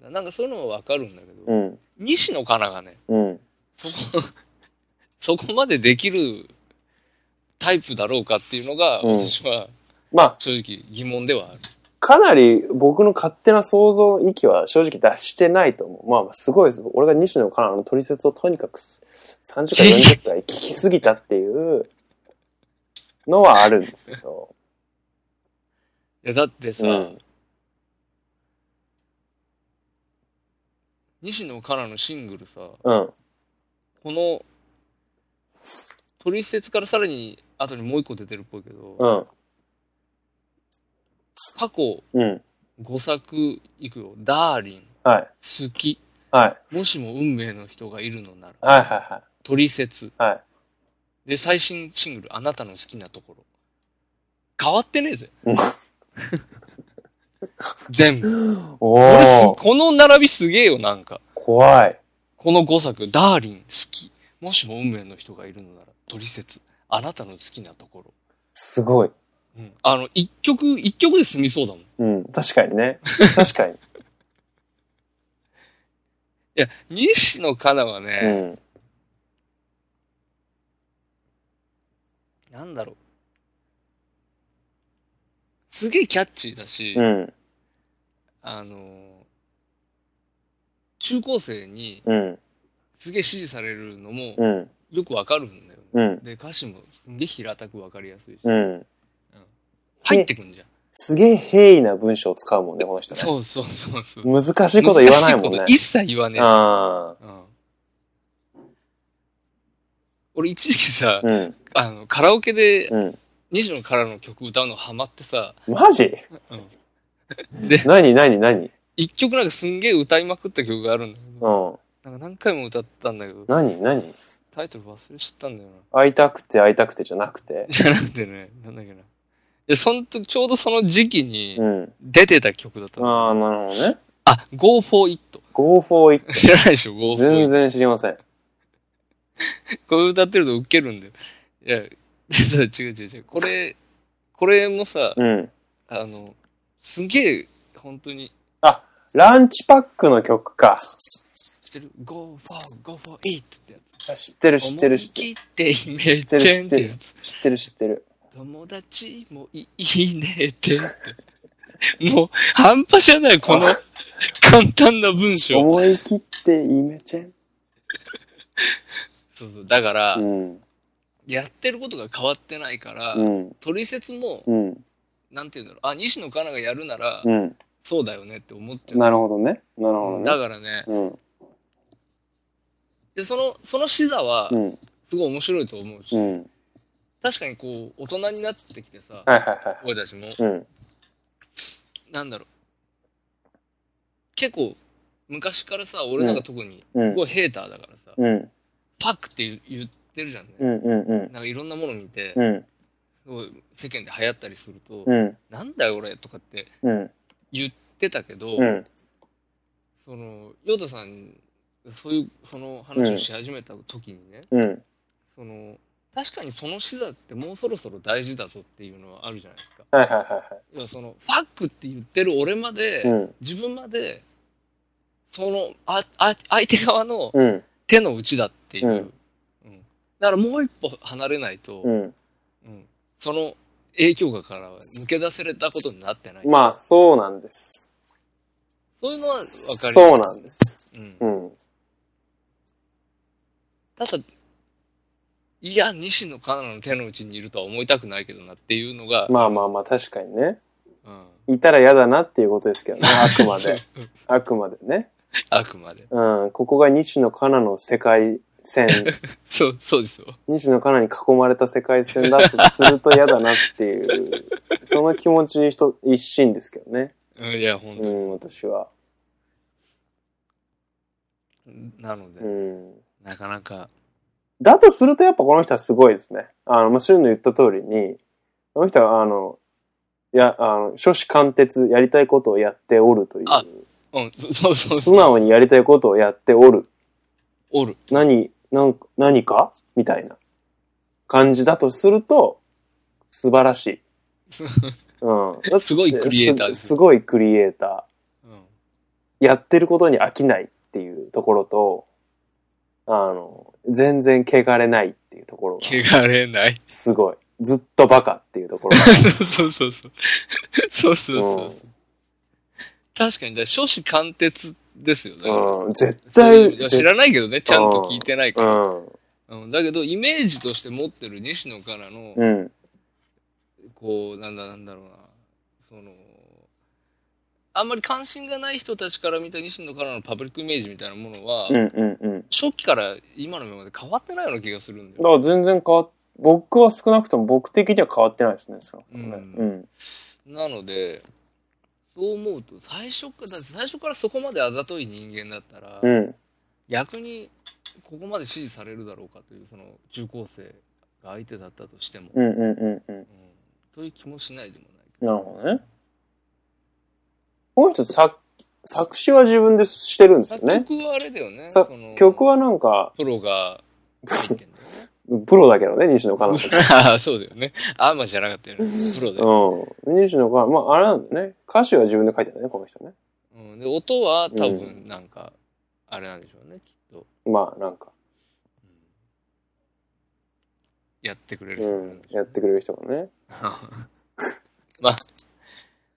S3: うんなんかそういうのはわかるんだけど、
S2: い。うん。
S3: 西野カナがね、
S2: うん。
S3: そこ、 そこまでできるタイプだろうかっていうのが、
S2: うん
S3: 私は
S2: まあ、
S3: 正直疑問ではある。
S2: かなり僕の勝手な想像の域は正直出してないと思う。まあまあ、すごいです。俺が西野カナの取説をとにかくす30から40回聞きすぎたっていうのはあるんですけど。
S3: いや、だってさ、
S2: うん
S3: 西野カナのシングルさ、
S2: うん。
S3: この、取説からさらに後にもう一個出てるっぽいけど、
S2: うん。
S3: 過去
S2: うん。
S3: 5作いくよ。ダーリン、
S2: はい。
S3: 好き、
S2: はい。
S3: もしも運命の人がいるのなら、
S2: はいは
S3: 取説。
S2: いはい。はい。
S3: で、最新シングル、あなたの好きなところ。変わってねえぜ
S2: うん。
S3: 全部。
S2: お
S3: 俺す
S2: ー、
S3: この並びすげえよ、なんか。
S2: 怖い。
S3: この5作、ダーリン、好き。もしも運命の人がいるのなら、取説。あなたの好きなところ。
S2: すごい。
S3: うん。あの、一曲、一曲で済みそうだもん。い
S2: うん。確かに ね。確かに。
S3: や、西野カナは
S2: う
S3: ね、
S2: ん。
S3: なんだろう。すげえキャッチーだし、
S2: うん。
S3: あのー、中高生に
S2: うん。
S3: すげえ支持されるのも
S2: うん。
S3: よくわかるんだよね。
S2: うん。
S3: で、歌詞もすんげえ平たくわかりやすいし、
S2: うん。
S3: 入ってくんじゃん。
S2: すげえ平易な文章を使うもんね、この人ね。
S3: そうそうそうそう。
S2: 難しいこと言わないもんね
S3: 難しいこと。一切言わねえじゃん
S2: あ
S3: うん俺一時期さ、
S2: あ。うん。
S3: あの、カラオケで
S2: うん。
S3: 西野からの曲歌うのハマってさ、
S2: マジ
S3: で、
S2: 何何何
S3: 一曲なんかすんげえ歌いまくった曲があるんだけ
S2: うん。
S3: ど、なんか何回も歌ったんだけど、
S2: 何何
S3: タイトル忘れちゃったんだよな。
S2: 会いたくて会いたくてじゃなくて。
S3: じゃなくてね、なんだっけな。で、その時、ちょうどその時期に
S2: うん。
S3: 出てた曲だったの。
S2: ああ、なるほどね。
S3: あ、Go for it。
S2: Go for it.
S3: 知らないでしょ、Go for
S2: 全
S3: it。
S2: 然知りません。
S3: これ歌ってるとウケるんだよ。いや、実は違う違う違う。これ、これもさ、
S2: うん。
S3: あの、すげえ、本当に、
S2: ランチパックの曲か。
S3: 知ってる ?go for, go for it ってや
S2: 知ってる
S3: つ。
S2: 知ってる知ってる。
S3: 思い切ってイメチェンってやつ。
S2: 知ってる知ってる。
S3: 友達もいいね ってって。もう、半端じゃない、この簡単な文章。
S2: 思い切ってイメチェン。
S3: そうそう。だから、
S2: うん。
S3: やってることが変わってないから、
S2: うん。
S3: 取説も、
S2: うん。
S3: なんていうんだろう。あ、西野カナがやるなら、
S2: うん。
S3: そうだよねって思ってる。
S2: なるほどね。なるほど
S3: だ
S2: ね。
S3: からね、
S2: うん。
S3: でその、その視座は
S2: う、ん。
S3: すごい面白いと思うし、
S2: うん。
S3: 確かにこう、大人になってきてさ、
S2: はいはいは
S3: 俺たちも、
S2: い。うん。
S3: なんだろう。結構、昔からさ、俺なんか特に、
S2: う
S3: す
S2: ん
S3: ご。いヘーターだからさ、
S2: うん。
S3: パクって言ってるじゃんね。
S2: うん。うん。
S3: なんかいろんなもの見て、
S2: うん。
S3: すごい世間で流行ったりすると、
S2: うん。
S3: なんだよ俺とかって
S2: うん。
S3: 言ってたけど、
S2: うん。
S3: その、ヨタさん、そういう、その話をし始めた時にね、
S2: うん。
S3: その、確かにその視座ってもうそろそろ大事だぞっていうのはあるじゃないですか。
S2: はいはいはい
S3: や、その、ファックって言ってる俺まで、
S2: いはい。うん。
S3: 自分まで、その、あ、あ、相手側の
S2: うん。
S3: 手の内だっていう。
S2: う
S3: うんん。だからもう一歩離れないと、うん。
S2: う
S3: その影響下からは抜け出せれたことになってない。
S2: ん。まあ、そうなんです。
S3: そういうのはわかり
S2: そうなんです。
S3: す。うん。
S2: うん。
S3: ただ、いや、西野カナの手の内にいるとは思いたくないけどなっていうのが、
S2: まあまあまあ、確かにね。
S3: うん。
S2: いたら嫌だなっていうことですけどね、あくま
S3: そ
S2: で
S3: う。
S2: あくまでね。
S3: あくまで。
S2: うん。ここが西野カナの世界線。
S3: そう、そうですよ。
S2: 西野カナに囲まれた世界線だとすると嫌だなって いう、その気持ち一一心ですけどね。
S3: うん、いや、本
S2: う
S3: 当に。
S2: ん、私は。
S3: なので、
S2: うん。
S3: なかなか、
S2: だとするとやっぱこの人はすごいですね。あの、まあ、シュンの言った通りに、この人はあの、いや、あの、諸子貫徹、やりたいことをやっておるとい
S3: あ
S2: う。
S3: うん、そ そうそう
S2: 素
S3: そう、
S2: 直にやりたいことをやっておる。
S3: おる。
S2: 何、なん何かみたいな感じだとすると、素晴らしい。
S3: す
S2: うん。だって
S3: すごいクリエイターです
S2: すごいクリエイター。
S3: うん
S2: やってることに飽きないっていうところと、あの、全然汚れないっていうところが、
S3: 汚 れない。
S2: すごい。ずっとバカっていうところが、
S3: そうそうそう。そうそう そう。
S2: うん
S3: 確かに、だから諸子貫徹ですよね。
S2: うん、絶
S3: そう
S2: 対、
S3: いういや知らないけどね、ちゃんと聞いてないから。
S2: うん、
S3: うんだけど、イメージとして持ってる西野からの、
S2: うん、
S3: こう、なんだなんだろうな、その、あんまり関心がない人たちから見た西野からのパブリックイメージみたいなものは、
S2: うん、うん、うん。
S3: 初期から今の今まで変わってないような気がするんだ
S2: だ
S3: よ。
S2: から全然変わっ、僕は少なくとも僕的には変わってないですね、それはね
S3: うん
S2: うん。
S3: なので、そう思うと、最初から、だって最初からそこまであざとい人間だったら、
S2: うん。
S3: 逆にここまで支持されるだろうかというその中高生が相手だったとしても、
S2: うん、うん、うん、うん。
S3: うんという気もしないでもない
S2: なるほどね。この人、作、作詞は自分でしてるんですよね。
S3: 曲はあれだよね
S2: さ
S3: その
S2: 曲はなんか、
S3: プロが 入ってんだよね
S2: プロだけどね、西野カナさん。
S3: ああそうだよねアーマーじゃなかったよねプロだよ、
S2: うん。西野が、まあ、あれなんだよね。歌詞は自分で書いてたね、この人ね。
S3: うん、で音は多
S2: う
S3: 分なんかあれなんでしょうねきっと、
S2: まあ、なんか、
S3: うんやってくれ
S2: う
S3: る人なん
S2: ん
S3: で。しょ
S2: や
S3: う
S2: っ
S3: ね
S2: てくれる人がね。
S3: まあ、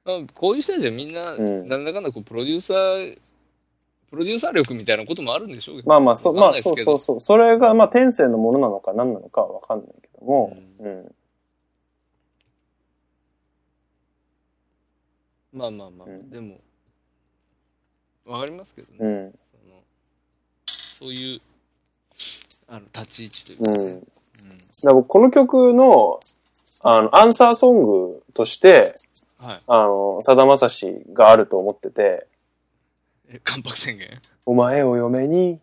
S3: まあ、こういう人たちはみんな、
S2: うん
S3: なんだかんだこうプロデューサー、プロデューサー力みたいなこともあるんでしょうけど、
S2: まあまあ、そう、ま
S3: わ
S2: あ、
S3: かんない
S2: そ
S3: です
S2: う
S3: け
S2: そ
S3: ど
S2: うそう。それが、まあ、天性のものなのか何なのかはわかんないけども、うん。
S3: まあまあまあ、
S2: うん
S3: でも、わかりますけどね、
S2: うん。
S3: そのそういうあの立ち位置という
S2: う
S3: か
S2: ん。だ
S3: ね、
S2: から僕、この曲の、あの、アンサーソングとして、
S3: うんはい。
S2: あの、さだまさしがあると思ってて、
S3: え、関白宣言。
S2: お前を嫁に、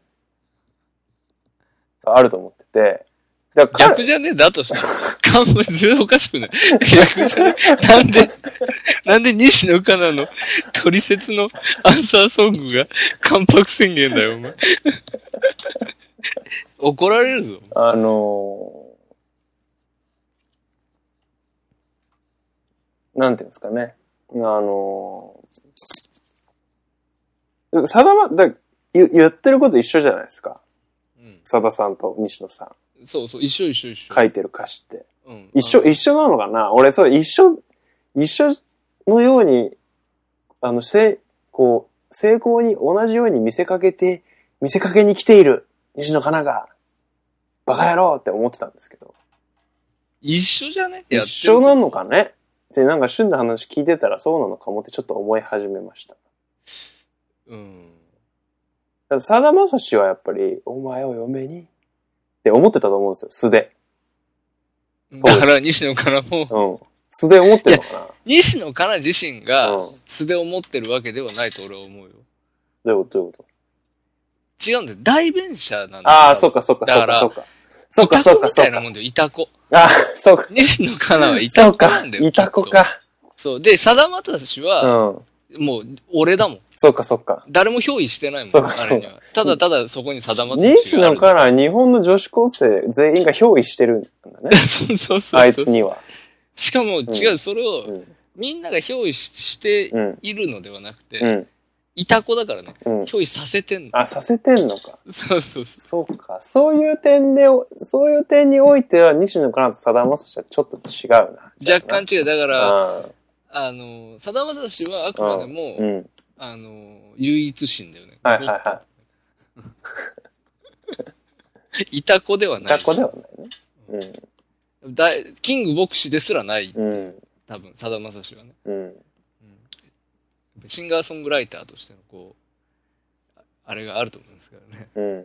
S2: があると思ってて、だから
S3: 逆
S2: 彼、
S3: じゃねえだとしたら、関白全然おかしくない。逆じゃねえなんで、なんで西野カナの取説のアンサーソングが関白宣言だよ、お前。怒られるぞ。
S2: あのなんていうんですかね。あのさだま、だ言言ってること一緒じゃないですか。
S3: うん。
S2: さださんと西野さん。
S3: そうそう、一緒一緒一緒。
S2: 書いてる歌詞って。
S3: うん。
S2: 一緒、一緒なのかな俺、そう、一緒、一緒のように、あの、せ、こう、成功に同じように見せかけて、見せかけに来ている、西野カナが、バカ野郎って思ってたんですけど。
S3: 一緒じゃね
S2: 一緒な
S3: の
S2: のかねで、なんか、旬の話聞いてたらそうなのかもってちょっと思い始めました。
S3: うん。
S2: ださだまさしはやっぱり、お前を嫁にって思ってたと思うんですよ、素で。
S3: だから西野カナも、
S2: うん。素で思ってるのか
S3: 西野カナ自身
S2: な
S3: が
S2: うん。
S3: 素で思ってるわけではないと俺は思うよ。
S2: どういうことどういうこと
S3: 違うんだよ。代弁者なんだよ。
S2: ああ、そっかそっかそ
S3: だ
S2: っ
S3: か
S2: からそっか。そっかそっか
S3: イタ
S2: そ
S3: コみたい
S2: っか。
S3: なもんだよ、イタコ。
S2: ああ、そうか。
S3: 西野カナはイ
S2: そ
S3: タ
S2: う
S3: コ
S2: か
S3: な。んだよ。
S2: いたこか。
S3: きっと。そう。で、さだまたし
S2: う
S3: は、
S2: ん。
S3: もう、俺だもん。
S2: そうかそっか。
S3: 誰も憑依してないも、
S2: そうんか
S3: あれには。ただただそこにさだまたし
S2: 西
S3: があ
S2: 野
S3: る。
S2: から日本の女子高生全員が憑依してるんだね。
S3: そうそうそう。
S2: あいつには。
S3: しかも、
S2: ん
S3: 違う、それ
S2: う
S3: を、
S2: ん。
S3: みんなが憑依しして
S2: うん。
S3: いるのではなく
S2: う
S3: て、
S2: ん。
S3: イタコだからね。
S2: うん。
S3: 憑依させてんの。
S2: あ、させてんのか。
S3: そうそうそ
S2: そうか。そういう点で、そういう点においては、西野からとさだまさしはちょっと違うな。
S3: う。若干違う。だから、
S2: あ
S3: あの、さだまさしはあくまでも
S2: ー、うん。
S3: あの、唯一心だよね。。
S2: はいはいはい雑
S3: タコでは。ない。
S2: 魚ではないね。
S3: だキング牧師ですらない。
S2: うん。うん。
S3: 多分、さだまさしはね。
S2: うん。
S3: うんシンガーソングライターとしての、こう、ああれがあると思うんですけどね。
S2: うん。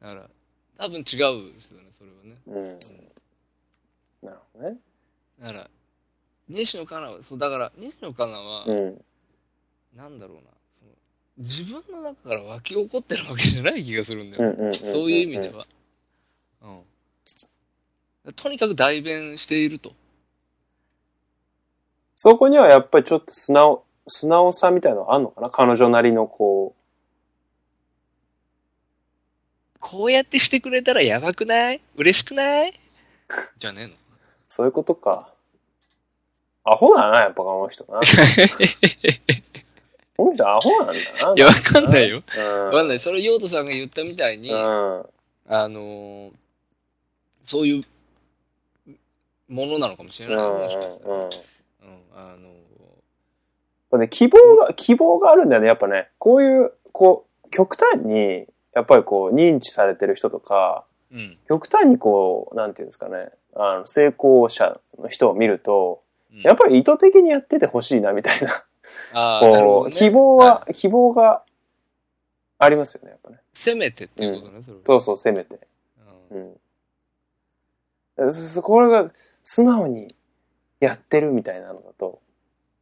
S3: だから、多分違うんですよね、それはね。
S2: うん。なるほどね。
S3: だから、西野カナは、そう、だから、西野カナは、
S2: うん。
S3: なんだろうな、その自分の中から湧き起こってるわけじゃない気がするんだよね
S2: うんうんんん。
S3: そういう意味では。うん。とにかく代弁していると。
S2: そこにはやっぱりちょっと素直、素直さみたいなのあんのかな彼女なりのこ
S3: こうやってしてくれたらやばくない嬉しくないじゃねえ の。
S2: う、そういうことか。アホだな、やっぱこの人な。この人アホなんだな。
S3: いや、わかんないよ。
S2: うん。
S3: わかんない。それ、ヨートさんが言ったみたいに、あ
S2: うん。
S3: のーそういうものなのかもしれない。もしかしたら。
S2: うん。
S3: うん。あのー
S2: これね、希望が、希望があるんだよね、やっぱね。こういう、こう、極端に、やっぱりこう、認知されてる人とか、
S3: うん。
S2: 極端にこう、なんていうんですかね、あの、成功者の人を見ると、
S3: うん
S2: やっぱり意図的にやっててほしいな、みたいな。
S3: あーなるほ
S2: こ
S3: ど
S2: う、
S3: ね
S2: 希望は、希望がありますよね、やっぱね。
S3: せめてっていうことね、それは
S2: そうそう、せめて。
S3: うん
S2: うん。そそこれが、素直にやってるみたいなのだと、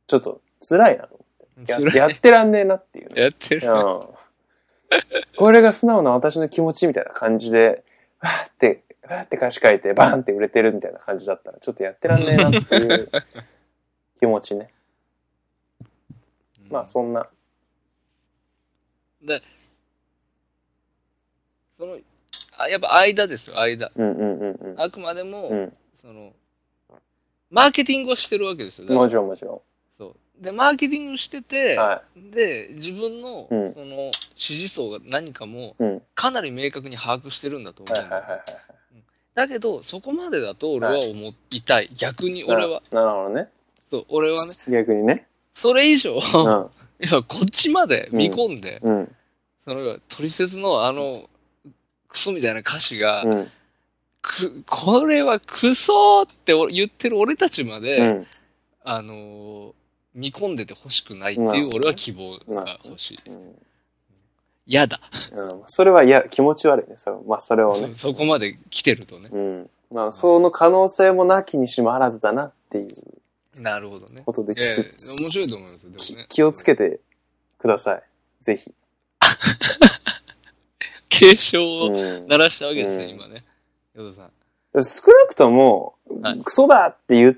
S2: ちょっと辛いなと思って。や
S3: 辛い
S2: やってらんねえなっていうね。
S3: やってる。
S2: うん。これが素直な私の気持ちみたいな感じで、わーって、わーって歌詞書いて、バーンって売れてるみたいな感じだったら、ちょっとやってらんねえなっていう気持ちね。まあ、そんな。
S3: そのあやっぱ間ですよ、間。
S2: うんうんうん
S3: あくまでも、
S2: うん。うん。
S3: その、マーケティングをしてるわけですよ。だから
S2: もちろんもちろ
S3: そうで、マーケティングをしてて、
S2: ん。は
S3: で、自分の、
S2: うん
S3: その、支持層が何かも、
S2: い。うん。
S3: かなり明確に把握してるんだと思
S2: は
S3: う
S2: い
S3: んだ
S2: は
S3: よ、
S2: いはいはい。
S3: だけど、そこまでだと俺は思いたい。逆に俺は、
S2: な。なるほどね。
S3: そう、俺はね、
S2: 逆にね。
S3: それ以上、
S2: う
S3: い
S2: ん。
S3: や、こっちまで見込んで、
S2: うん。
S3: その、要はトリセツのあの、クソみたいな歌詞が、
S2: うん。
S3: く、これはクソーって言ってる俺たちまで、
S2: うん。
S3: あのー見込んでて欲しくないっていう俺は希望が欲し
S2: う
S3: い。
S2: ん。
S3: 嫌だ、
S2: うんそれは、いや、気持ち悪いね。それまあ、それをね
S3: そ。。そこまで来てるとね。
S2: うん。まあ、その可能性もなきにしもあらずだなっていう
S3: なるほどね。
S2: ことで、ちょっ
S3: え
S2: と
S3: え面白いと思いますよ、で
S2: き
S3: もね。
S2: 気をつけてください。ぜひ。
S3: 警鐘を
S2: うん
S3: 鳴らしたわけですね、
S2: うん
S3: 今ね。ヨ田さん。
S2: 少なくとも
S3: はい、
S2: クソだって言っ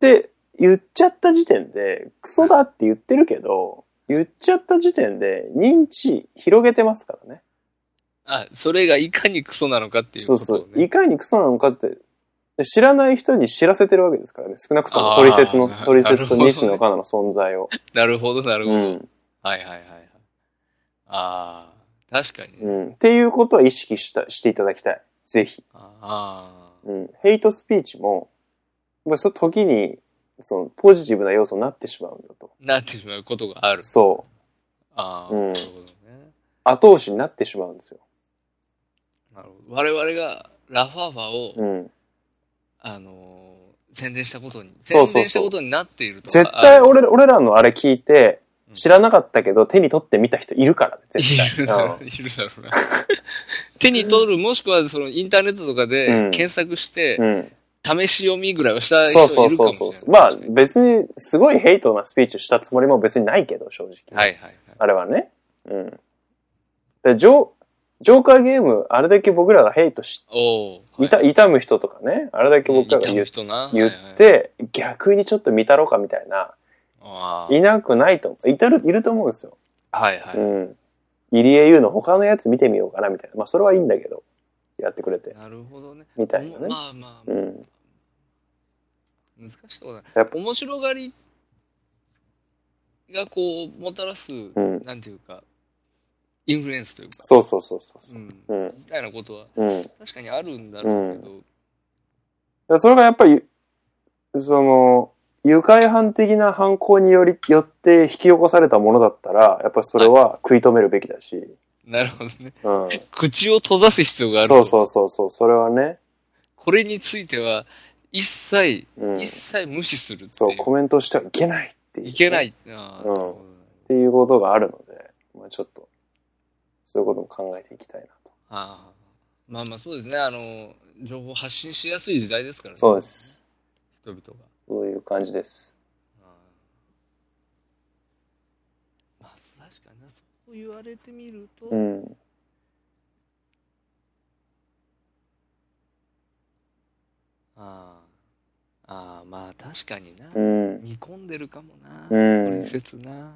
S2: て、言っちゃった時点で、クソだって言ってるけど、言っちゃった時点で認知広げてますからね。
S3: あ、それがいかにクソなのかっていう
S2: そ
S3: こ
S2: う
S3: と
S2: そ
S3: をね。
S2: う。いかにクソなのかって、知らない人に知らせてるわけですからね。少なくともトリセツの、
S3: あー
S2: トリセツと
S3: なるほどね
S2: 西野カナの存在を。
S3: なるほど、なるほ
S2: う
S3: ど。
S2: ん。
S3: はいはいはいはい。ああ、確かにね。
S2: うん。っていうことは意識した、していただきたい。ぜひ。
S3: ああ、
S2: うん、ヘイトスピーチも、まあ、そ時に、その、ポジティブな要素になってしまうんだと。
S3: なってしまうことがある。
S2: そう。
S3: あ
S2: う
S3: あ、
S2: ん
S3: なるほどね。
S2: 後押しになってしまうんですよ。
S3: なるほど。我々がラファーファを、
S2: うん。
S3: あのー宣伝したことに、
S2: そ
S3: 宣
S2: うそうそう
S3: 伝したことになっているとか。
S2: 絶対
S3: あの
S2: 俺ら、俺らのあれ聞いて
S3: う、ん
S2: 知らなかったけど、手に取ってみた人いるからね、絶対。
S3: いるだろう、いるだろうな。手に取る、もしくはそのインターネットとかで
S2: うん
S3: 検索して、
S2: うん。うん。
S3: 試し読みぐらいはした
S2: そう
S3: 人
S2: そ
S3: いうるか
S2: そ
S3: も
S2: う
S3: しれ
S2: そ
S3: な
S2: う
S3: い。。
S2: まあ別にすごいヘイトなスピーチをしたつもりも別にないけど、正直。
S3: はいはいはい。
S2: あれはね。うん。で、ジョー、ジョーカーゲーム、あれだけ僕らがヘイトし、
S3: おお。
S2: いた、痛む人とかね、あれだけ僕らが言
S3: 言
S2: っ
S3: 人な。
S2: 言っ
S3: はいはい、
S2: て、逆にちょっと見たろかみたいな、
S3: あ
S2: いなくないと思う。いたる、いると思うんですよ。
S3: あ。はいは
S2: う
S3: い。
S2: ん。入江優の他のやつ見てみようかなみたいな。まあそれはいいんだけど、やってくれて、
S3: なるほどね。
S2: みたいなね。
S3: まあまあ
S2: う、ん。
S3: 難しいとこだ
S2: や
S3: な
S2: っぱ
S3: 面白がりがこう、もたらす、
S2: うん。
S3: なんていうか、インフルエンスというか、
S2: そうそうそうそうう。
S3: ん、
S2: うん。
S3: みたいなことは
S2: うん。
S3: 確かにあるんだろうけど、
S2: だからそれがやっぱり、その、誘拐犯的な犯行により、よって引き起こされたものだったら、やっぱりそれは食い止めるべきだし、
S3: なるほどね。
S2: うん。
S3: 口を閉ざす必要がある。
S2: そうそうそうそう、それはね、
S3: これについては、一切、
S2: うん
S3: 一。切無視するって
S2: そう、
S3: い
S2: コメントしてはいけないっていう、。
S3: う。いけない
S2: っ
S3: い。あ
S2: うん
S3: ーそう
S2: ていうことがあるので、まあちょっと、そういうことも考えていきたいなと。
S3: あーまあまあそうですね。あの、情報発信しやすい時代ですからね。
S2: そうで。す。
S3: 人々が。
S2: そういう感じです。
S3: あーまあ確かにな、そう言われてみると、
S2: うん。
S3: ああ、ああ、まあ確かにな。
S2: うん。
S3: 見込んでるかもな。
S2: うん
S3: トリセツ な。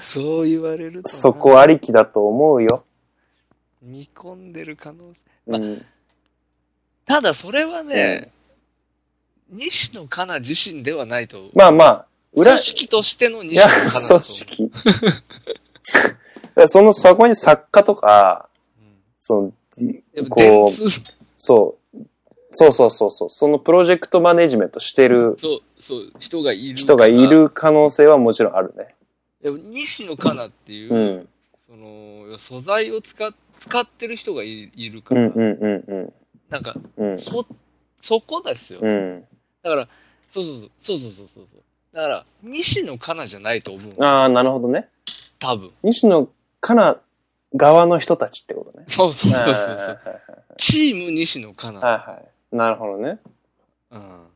S3: そう言われるとな
S2: そこありきだと思うよ。
S3: 見込んでる可能性。
S2: うん。
S3: ただそれはね、西野カナ自身ではないと思う。
S2: まあまあ、
S3: 組織としての
S2: い
S3: 西野
S2: や、
S3: カナだと
S2: 組
S3: 思う。
S2: 織。 だからその、そこに作家とか、その、じ
S3: うんやっぱ電
S2: こう、
S3: 通、
S2: そう、そうそうそうそう、そのプロジェクトマネジメントしてる
S3: そう、そう、人がいる。
S2: 人がい。る可能性はもちろんあるね。
S3: やっぱ西野カナっていう、
S2: うん。
S3: その、素材を使っ、使ってる人がいいるか
S2: うん
S3: ら、
S2: うんうん
S3: なんか、
S2: うん。うん。
S3: そ、そこですよ。
S2: う。。
S3: だから、そうそうそう、そうそうそうそうそう。だから、西野カナじゃないと思うん
S2: ああ、なるほどね。
S3: 多分。
S2: 西野カナ側の人たちってことね。
S3: そうそうそうそ
S2: は
S3: う
S2: い
S3: そ
S2: は
S3: う。チーム西野カ
S2: いはい
S3: ナ。
S2: はいはい。なるほどね。
S3: うん。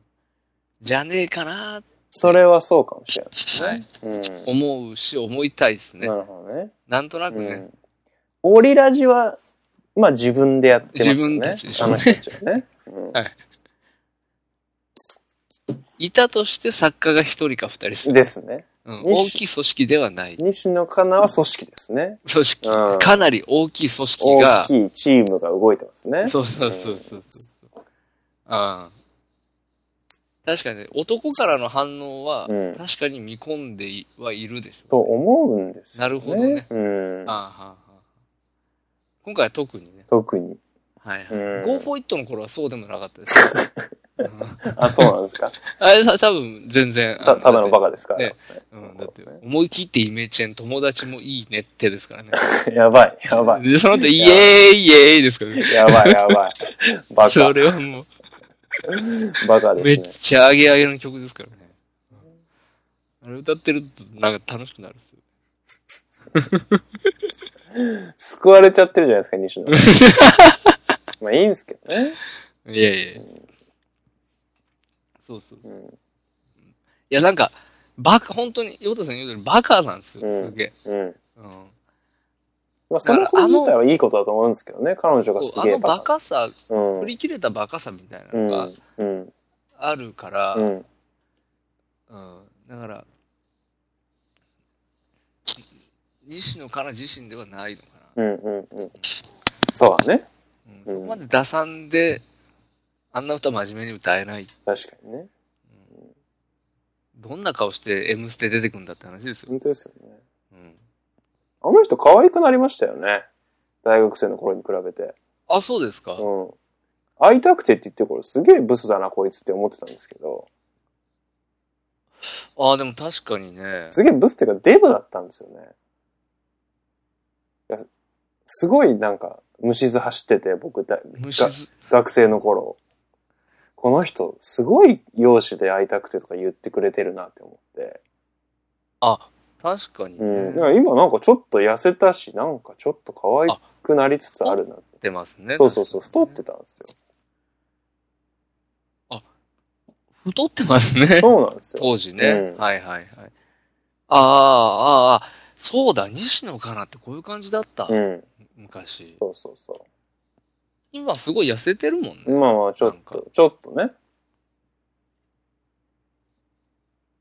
S3: じゃねえかな、
S2: それはそうかもしれ
S3: は
S2: ないい。。うん。
S3: 思うし、思いたいですね
S2: な。るほどね。
S3: なんとなく
S2: う
S3: ね。
S2: ん。オリラジは、まあ自分でやってますよね。
S3: 自分たちでしょ
S2: あの人たちはね。うん
S3: いたとして作家が一人か二人する。
S2: ですね。
S3: うん。
S2: 西
S3: 大きい組織ではない。
S2: 西野カナは組織ですね。
S3: 組織。
S2: うん
S3: かなり大きい組織
S2: 大
S3: が、
S2: きいチームが動いてますね。
S3: そうそうそうそうそう。ああ。確かにね、男からの反応は、
S2: うん
S3: 確かに見込んでいはいるでし
S2: と
S3: ょうね。
S2: 思うんですよ、ね。
S3: なるほどね
S2: うん。
S3: ああはあはあ今回は特にね。
S2: 特に。
S3: はいはい。
S2: うん
S3: Go4It の頃はそうでもなかっ たです。うん
S2: あ、そうなんですか。
S3: あれは多分全然。
S2: た
S3: あ
S2: ただのバ
S3: カ。
S2: カですか、
S3: ねうん、だって思い切ってイメチェン友達もいいねってですからね。
S2: やばい、やばい。
S3: で、その後、イエーイイエーイですからね。
S2: やばい、やばい。バ
S3: そ
S2: カ、
S3: れはも
S2: バカ
S3: う、め
S2: で
S3: っ
S2: すね。
S3: ちゃアゲアゲの曲ですからね。あれ歌ってると、なんか楽しくなるんですよ。
S2: 救われちゃってるじゃないですか、西野カナ。 まあいいんですけどね。
S3: いやいやそうそう。い
S2: うん。
S3: や、なんか、バカ、本当に、ヨタさん言うとりバカなんですよ、
S2: うん
S3: すげえ。
S2: うん。
S3: うん。
S2: まあそのこと自体はいいことだと思うんですけどね、彼女が
S3: こ
S2: す
S3: うあ
S2: げえ
S3: の
S2: バカ。
S3: バカさ、
S2: うん
S3: 振り切れたバカさみたいな
S2: う
S3: のが
S2: ん。うん。
S3: あるから、
S2: う
S3: うん。
S2: ん。
S3: だから、西野から自身ではないのかな。
S2: うん。うん。そうだね。
S3: うんそこまで打算で、あんな歌真面目に歌えない。
S2: 確かにね。
S3: うんどんな顔して「M ステ」出てくんだって話ですよ。
S2: 本当ですよね。
S3: うん、
S2: あの人可愛くなりましたよね。大学生の頃に比べて。
S3: あ、そうですか。
S2: うん。会いたくてって言ってる頃すげえブスだなこいつって思ってたんですけど、
S3: あでも確かにね。
S2: すげえブスっていうかデブだったんですよね。いやすごいなんか虫ず走ってて僕だ
S3: 虫ず、
S2: が学生の頃。この人すごい容姿で会いたくてとか言ってくれてるなって思って。
S3: あ、確かに
S2: う
S3: ね、
S2: ん。だか
S3: っ
S2: ら今なんかちょっと痩せたし、なんかちょっと可愛くなりつつあるなって。
S3: てますね。
S2: そうそうそう、太ってたんですよ。
S3: 太ってますね。
S2: そうなんですよ。
S3: 当時ね、
S2: うん
S3: はいはいはい。ああ、ああ、そうだ、西野かなってこういう感じだった。
S2: うん。
S3: 昔。
S2: そうそうそ
S3: 今すごい痩せてるもんね。
S2: う。まあまあ、ちょっ
S3: なん
S2: と、ちょっとね。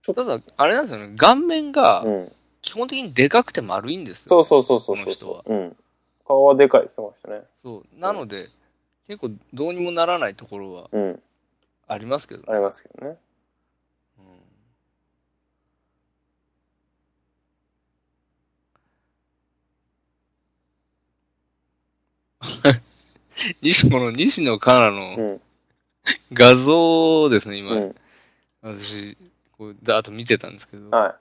S3: ただ、あれなんですよね、顔面が
S2: うん。
S3: 基本的にでかくて丸いんですよ。
S2: そうそうそうそう
S3: この人
S2: そ
S3: は
S2: う。うん。顔はでかいですね、この人ね。
S3: そうなので、結構どうにもならないところは
S2: うん。
S3: ありますけどね。
S2: ありますけどね。
S3: うん 西この西野カナ
S2: う
S3: の
S2: ん。
S3: 画像をですね、今、
S2: うん。
S3: 私、こう、だーっと見てたんですけど、
S2: はい。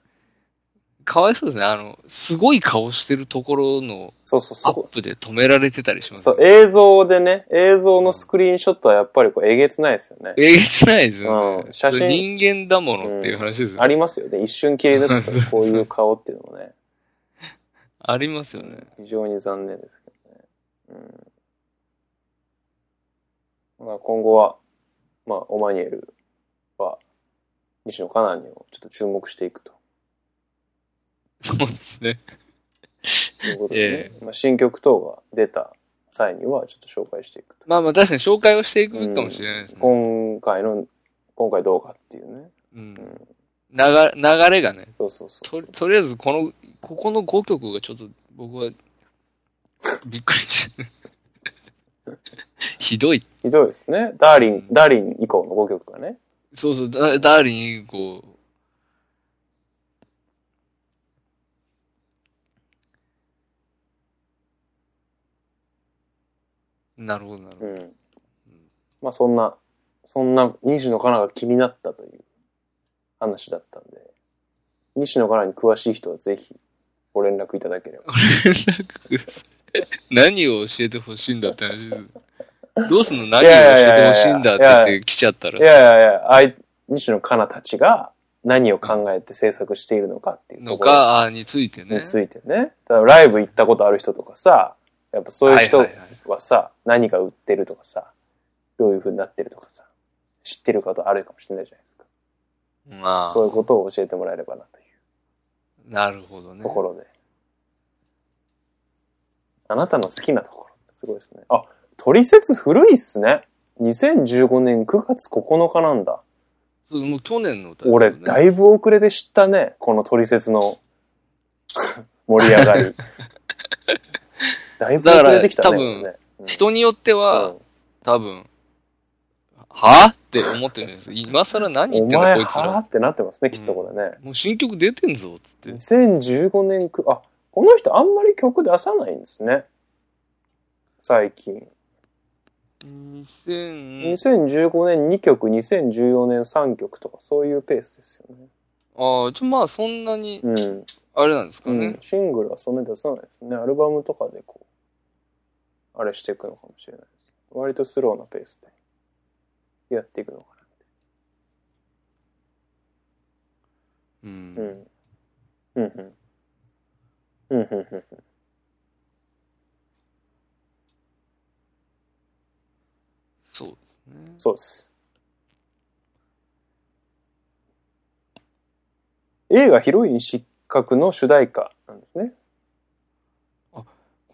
S3: かわいそうですね。あの、すごい顔してるところの
S2: そうそう
S3: ア
S2: そ
S3: ッ
S2: こ。
S3: プで止められてたりします
S2: そう、映像でね、映像のスクリーンショットはやっぱりこうえげつないですよね。
S3: えげつないですよね。
S2: うん写真
S3: 人間だものっていう話ですよね。
S2: ありますよね。一瞬切り抜く とこういう顔っていうのもね、
S3: ありますよね。
S2: 非常に残念ですけどね。うん。まあ今後は、まあオマニエルは、西野カナにをちょっと注目していくと
S3: そうですね。
S2: いうことで、ね
S3: え
S2: まあ新曲等が出た際にはちょっと紹介していくと。
S3: まあまあ確かに紹介をしていくかもしれないですね。
S2: 今回の、今回どうかっていうね。
S3: うん
S2: うん。
S3: 流れ流れがね、
S2: そうそうそう。
S3: ととりあえずこの、ここの5曲がちょっと僕はびっくりした。ひどい。
S2: ひどいですね。ダーリン、
S3: うん
S2: ダーリン以降の5曲がね。
S3: そうそう、ダダーリン、こう。なるほど、なるほ
S2: う
S3: ど。
S2: ん。まあそんな、そんな西野カナが気になったという話だったんで、西野カナに詳しい人はぜひご連絡いただければ。
S3: 連絡ください。何を教えてほしいんだって 話です。どうすんの
S2: いやいや
S3: 何を教
S2: いやい
S3: え
S2: や
S3: てほしいんだって言って来ちゃった
S2: い
S3: ら、
S2: やいやいや、あい西野カナたちが何を考えて制作しているのかっていうと
S3: の
S2: ころ
S3: か、あについてね
S2: に。ついてね。だからライブ行ったことある人とかさ、やっぱそういう人
S3: はいはいはい
S2: はさ、何が売ってるとかさ、どういう風になってるとかさ、知ってることあるかもしれないじゃないですか。
S3: まあ、
S2: そういうことを教えてもらえればなという。
S3: なるほどね
S2: と。ころで。あなたの好きなところってすごいですね。あ、取説古いっすね。2015年9月9日なんだ。
S3: そうもう去年の歌だよね
S2: 俺、だいぶ遅れで知ったね。この取説の 盛り上が り。だいぶ遅れてきたね。
S3: だから多分
S2: これねうん
S3: 人によって
S2: う
S3: は、
S2: ん
S3: 多分、はぁって思ってるんですよ今更何言
S2: お
S3: ってんだ
S2: 前、
S3: こいつ
S2: はー
S3: ら。
S2: ってなってますね、きっとこれね。
S3: もう新曲出てんぞ、つって。
S2: 2015年く、あ、この人あんまり曲出さないんですね。最近。
S3: 2000、
S2: 2015年2曲、2014年3曲とか、そういうペースですよね。
S3: ああ、ちょ、まあそんなに、
S2: うん。
S3: あれなんですか
S2: う
S3: ね
S2: ん、。シングルはそんなに出さないですね。アルバムとかでこう、あれしていくのかもしれないです。割とスローなペースでやっていくのか
S3: う。
S2: な。うんん。うんうん。うんうんうんうん。
S3: そうですね。
S2: そうです。映画ヒロイン失格の主題歌なんですね。
S3: こ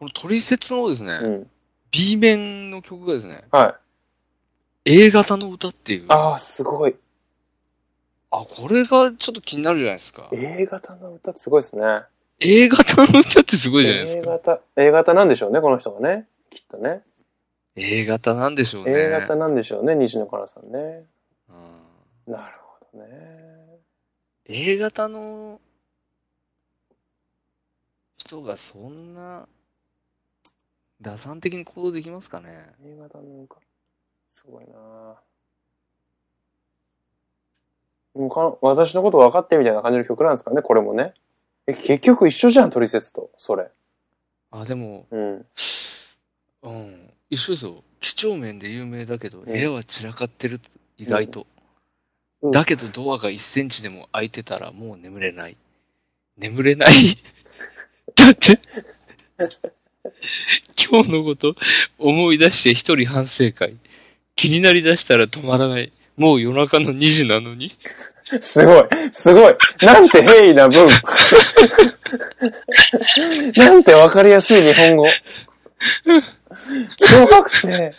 S3: のトリセツのですね、
S2: うん
S3: B 面の曲がですね、
S2: はい。
S3: A 型の歌っていう。あ、
S2: ああ、すごい。
S3: これがちょっと気になるじゃないですか。
S2: A 型の歌すごいですね。
S3: A 型の歌ってすごいじゃないです
S2: A
S3: か。
S2: 型、A 型なんでしょうね、この人がね。きっとね。
S3: A 型なんでしょうね。
S2: A 型なんでしょうね、西野カナさんね。
S3: うん、
S2: なるほどね。
S3: A 型の人がそんな、打算的に行動できますかね。
S2: A 型の歌。すごいなもうか私のこと分かってみたいな感じの曲なんですかね、これもね。え、結局一緒じゃん、トリセツと。それ。
S3: あ、でも、
S2: うん。
S3: うん。一緒ですよ。几帳面で有名だけど、
S2: ん
S3: 部屋は散らかってる、意外と。
S2: うん
S3: だけどドアが1センチでも開いてたらもう眠れない。眠れない。 だって、 今日のこと思い出して一人反省会。気になりだしたら止まらない。もう夜中の2時なのに。
S2: すごい、すごい。なんて平易な文。 なんてわかりやすい日本語。小学生、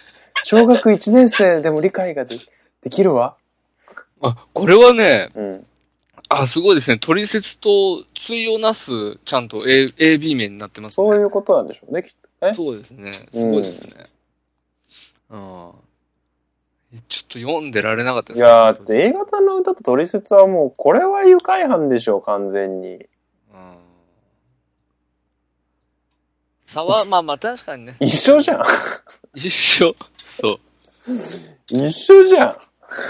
S2: 小学1年生でも理解がでできるわ。
S3: あ、これはね、
S2: うん。
S3: あ、すごいですね。取説と対をなす、ちゃんと A、AB 面になってますね。
S2: そういうことなんでしょうね、きっとね。
S3: そうですね。すごいですね。うん。ちょっと読んでられなかった
S2: い
S3: です
S2: やー、だって A 型の歌とトリセツはもう、これは愉快犯でしょう、完全に。
S3: うん差は、まあまあ確かにね。
S2: 一緒じゃん。
S3: 一緒。そ
S2: 一緒じゃん。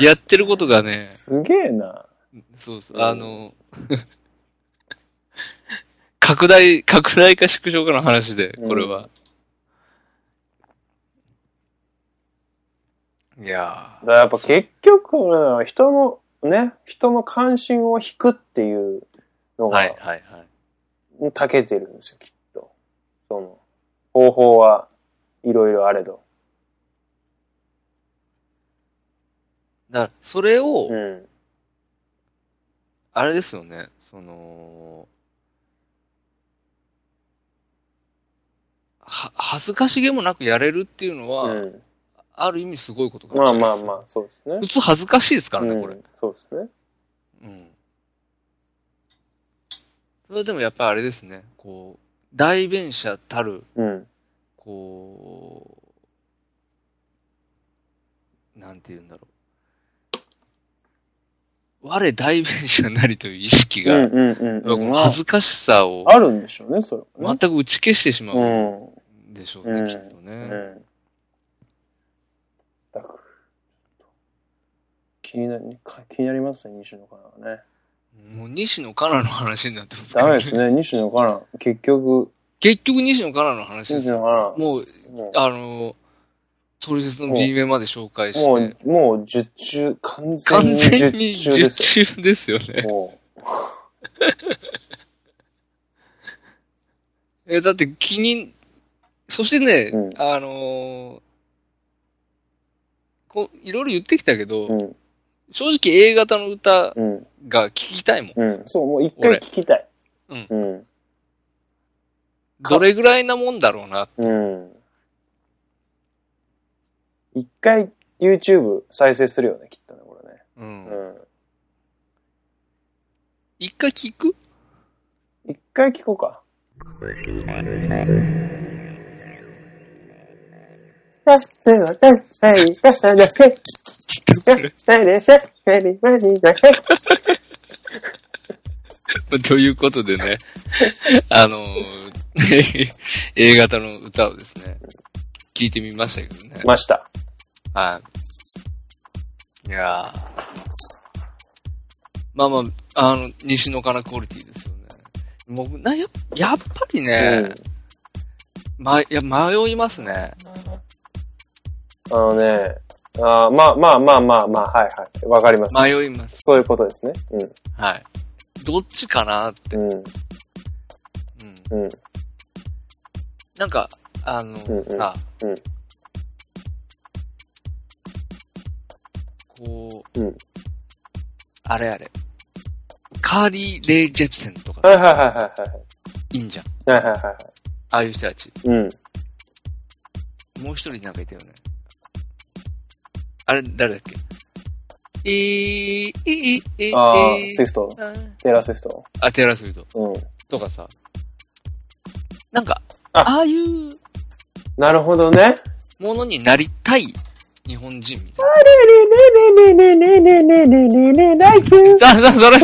S3: う。やってることがね、
S2: すげえな。
S3: そうそうう、
S2: ん
S3: あの、 拡大、拡大か縮小かの話で、これは。いや
S2: だからやっぱ結局、うん人の、ね、人の関心を引くっていうの
S3: ーはい
S2: が、
S3: はいはい。
S2: たけてるんですよ、きっと。その、方法はいろいろあれど。
S3: だから、それを、
S2: うん。
S3: あれですよね、その、は、恥ずかしげもなくやれるっていうのは、
S2: うん、
S3: ある意味すごいことかも
S2: ま
S3: し
S2: あ
S3: れな
S2: ま
S3: いで
S2: あ
S3: す。
S2: まあ、そうですね
S3: 普。通恥ずかしいですからね、こ
S2: う
S3: れ
S2: ん。そうですね。
S3: うん。それでもやっぱりあれですね、こう、代弁者たる、
S2: うん。
S3: こう、なんて言うんだろう。我代弁者なりという意識
S2: う
S3: が、
S2: んうん
S3: こ
S2: うん。
S3: の恥ずかしさを
S2: あるんでしょうね、それは
S3: 全
S2: ね。
S3: く打ち消してしま
S2: う。
S3: うんんでしょうね、
S2: うん
S3: きっと
S2: う
S3: ね。
S2: ん。だから、気になり、か気になりますね、西野カナはね。
S3: もう西野カナの話になってますか
S2: ダ
S3: ら、
S2: メ
S3: ね。
S2: ですね、西野カナ。結局、
S3: 結局西野カナの話です
S2: 西
S3: よ。
S2: 野カナ。
S3: もう、
S2: も
S3: あの、トリセツの B 面まで紹介
S2: う、
S3: し
S2: も
S3: て、
S2: う、もう、術中、完全
S3: 完
S2: に
S3: 全
S2: 術
S3: に
S2: 中です
S3: 受注ですよ
S2: よ。
S3: ね。
S2: も
S3: え、だって気に、そしてね、
S2: うん
S3: あのーこういろいろ言ってきたけど、
S2: う、うん、
S3: 正直 A 型の歌
S2: うん、
S3: が聞きたいもん。
S2: うん。そう、もう一回聞きたい。
S3: 俺
S2: うん。か
S3: どれぐらいなもんだろうな。
S2: うん。一回 YouTube 再生するよね、きっとね、これね。
S3: うん
S2: う
S3: 一回聞く
S2: ん。一回聞こうか。
S3: まあということでね、 あのー A 型の歌をですね、聞いてみましたけどね。
S2: ました。
S3: はい。いやーまあまあ、あの、西野かなクオリティですよね。僕、な、や、やっぱりね、ま、いや、迷いますね。
S2: あのね、あーまあまあまあまあまあ、はいはい。わかります。
S3: 迷います。
S2: そういうことですね。
S3: はい。どっちかなって。
S2: う。
S3: うん
S2: うん。
S3: ん。
S2: うん。
S3: なんか、あの、
S2: うんうん
S3: さ、
S2: うん
S3: こう、
S2: うん
S3: あれあれ。カーリー・レイ・ジェプセンとか、
S2: はいはいはいはいはい。
S3: いいんじゃん。
S2: はいはいはいは
S3: ああいう人たち。
S2: い。うん。
S3: もう一人なんかいたよね。あれ、誰だっけいー、いー、いー、いー、
S2: ああ、
S3: い
S2: スイフト。
S3: ー
S2: テイラースイフト。
S3: あ、テイラー・スウィト。
S2: うん。
S3: とかさ。なんか、
S2: あ
S3: ああいう
S2: なるほどね。
S3: ものになりたい日本人みたい な。そうそう、それそれそ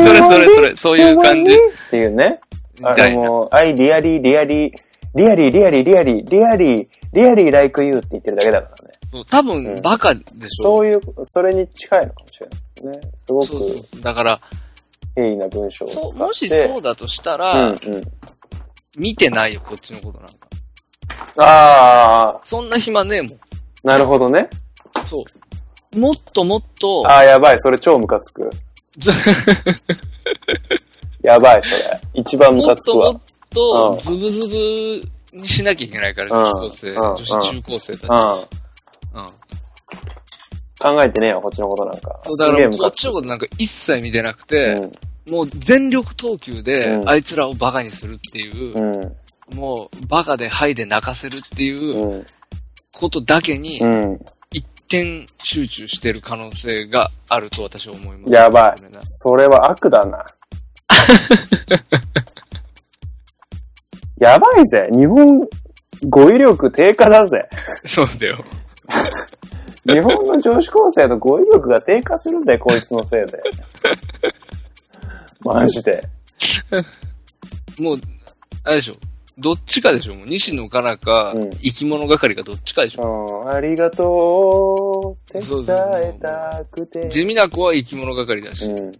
S3: れそれ、そういう感じ。
S2: っていうね。あ
S3: みたいな。
S2: の、I really, really, really, really, really, really, really like you って言ってるだけだからね。
S3: そう多
S2: う
S3: 分、
S2: ん
S3: バカでしょ。
S2: そういう、それに近いのかもしれないね。すご
S3: そうそ
S2: く
S3: う。だから、
S2: 平易な文章を使っ
S3: そ
S2: て。
S3: う、もしそうだとしたら、
S2: うんうん。
S3: 見てないよ、こっちのことなんか。
S2: ああ、
S3: そんな暇ねえもん。
S2: なるほどね。
S3: そう。もっともっと、
S2: ああ、やばい、それ超ムカつく。やばい、それ。一番ム
S3: も
S2: カ
S3: っ
S2: つ
S3: と
S2: くわ。
S3: もっと
S2: うん、
S3: ズブズブにしなきゃいけないから、
S2: うん
S3: 女子高生、
S2: うん
S3: 女子中高生たち。
S2: うん。
S3: うん。
S2: 考えてねえよ、こっちのことなんか。
S3: そう、だ
S2: す
S3: か
S2: げえ
S3: ら、
S2: ム
S3: こ
S2: カ
S3: っ
S2: つ
S3: ちの
S2: く
S3: ことなんか一切見てなくて、もう全力投球で
S2: う、ん
S3: あいつらをバカにするっていう
S2: う、ん。うん。
S3: もう、バカでハイで泣かせるっていう
S2: うん。
S3: ことだけに
S2: う、ん。
S3: 一点集中してる可能性があると私は思います。
S2: やばい
S3: これな。
S2: それは悪だ な。やばいぜ。日本、語彙力低下だぜ。
S3: そうだよ。
S2: 日本の女子高生の語彙力が低下するぜ、こいつのせいで。マジで。
S3: もう、あれでしょ。どっちかでしょ。もう西野かなか、
S2: うん
S3: 生き物係かどっちかでしょ。
S2: うん、ありがとう、って伝えたくて。
S3: 地味な子は生き物係だし、
S2: うん、
S3: 派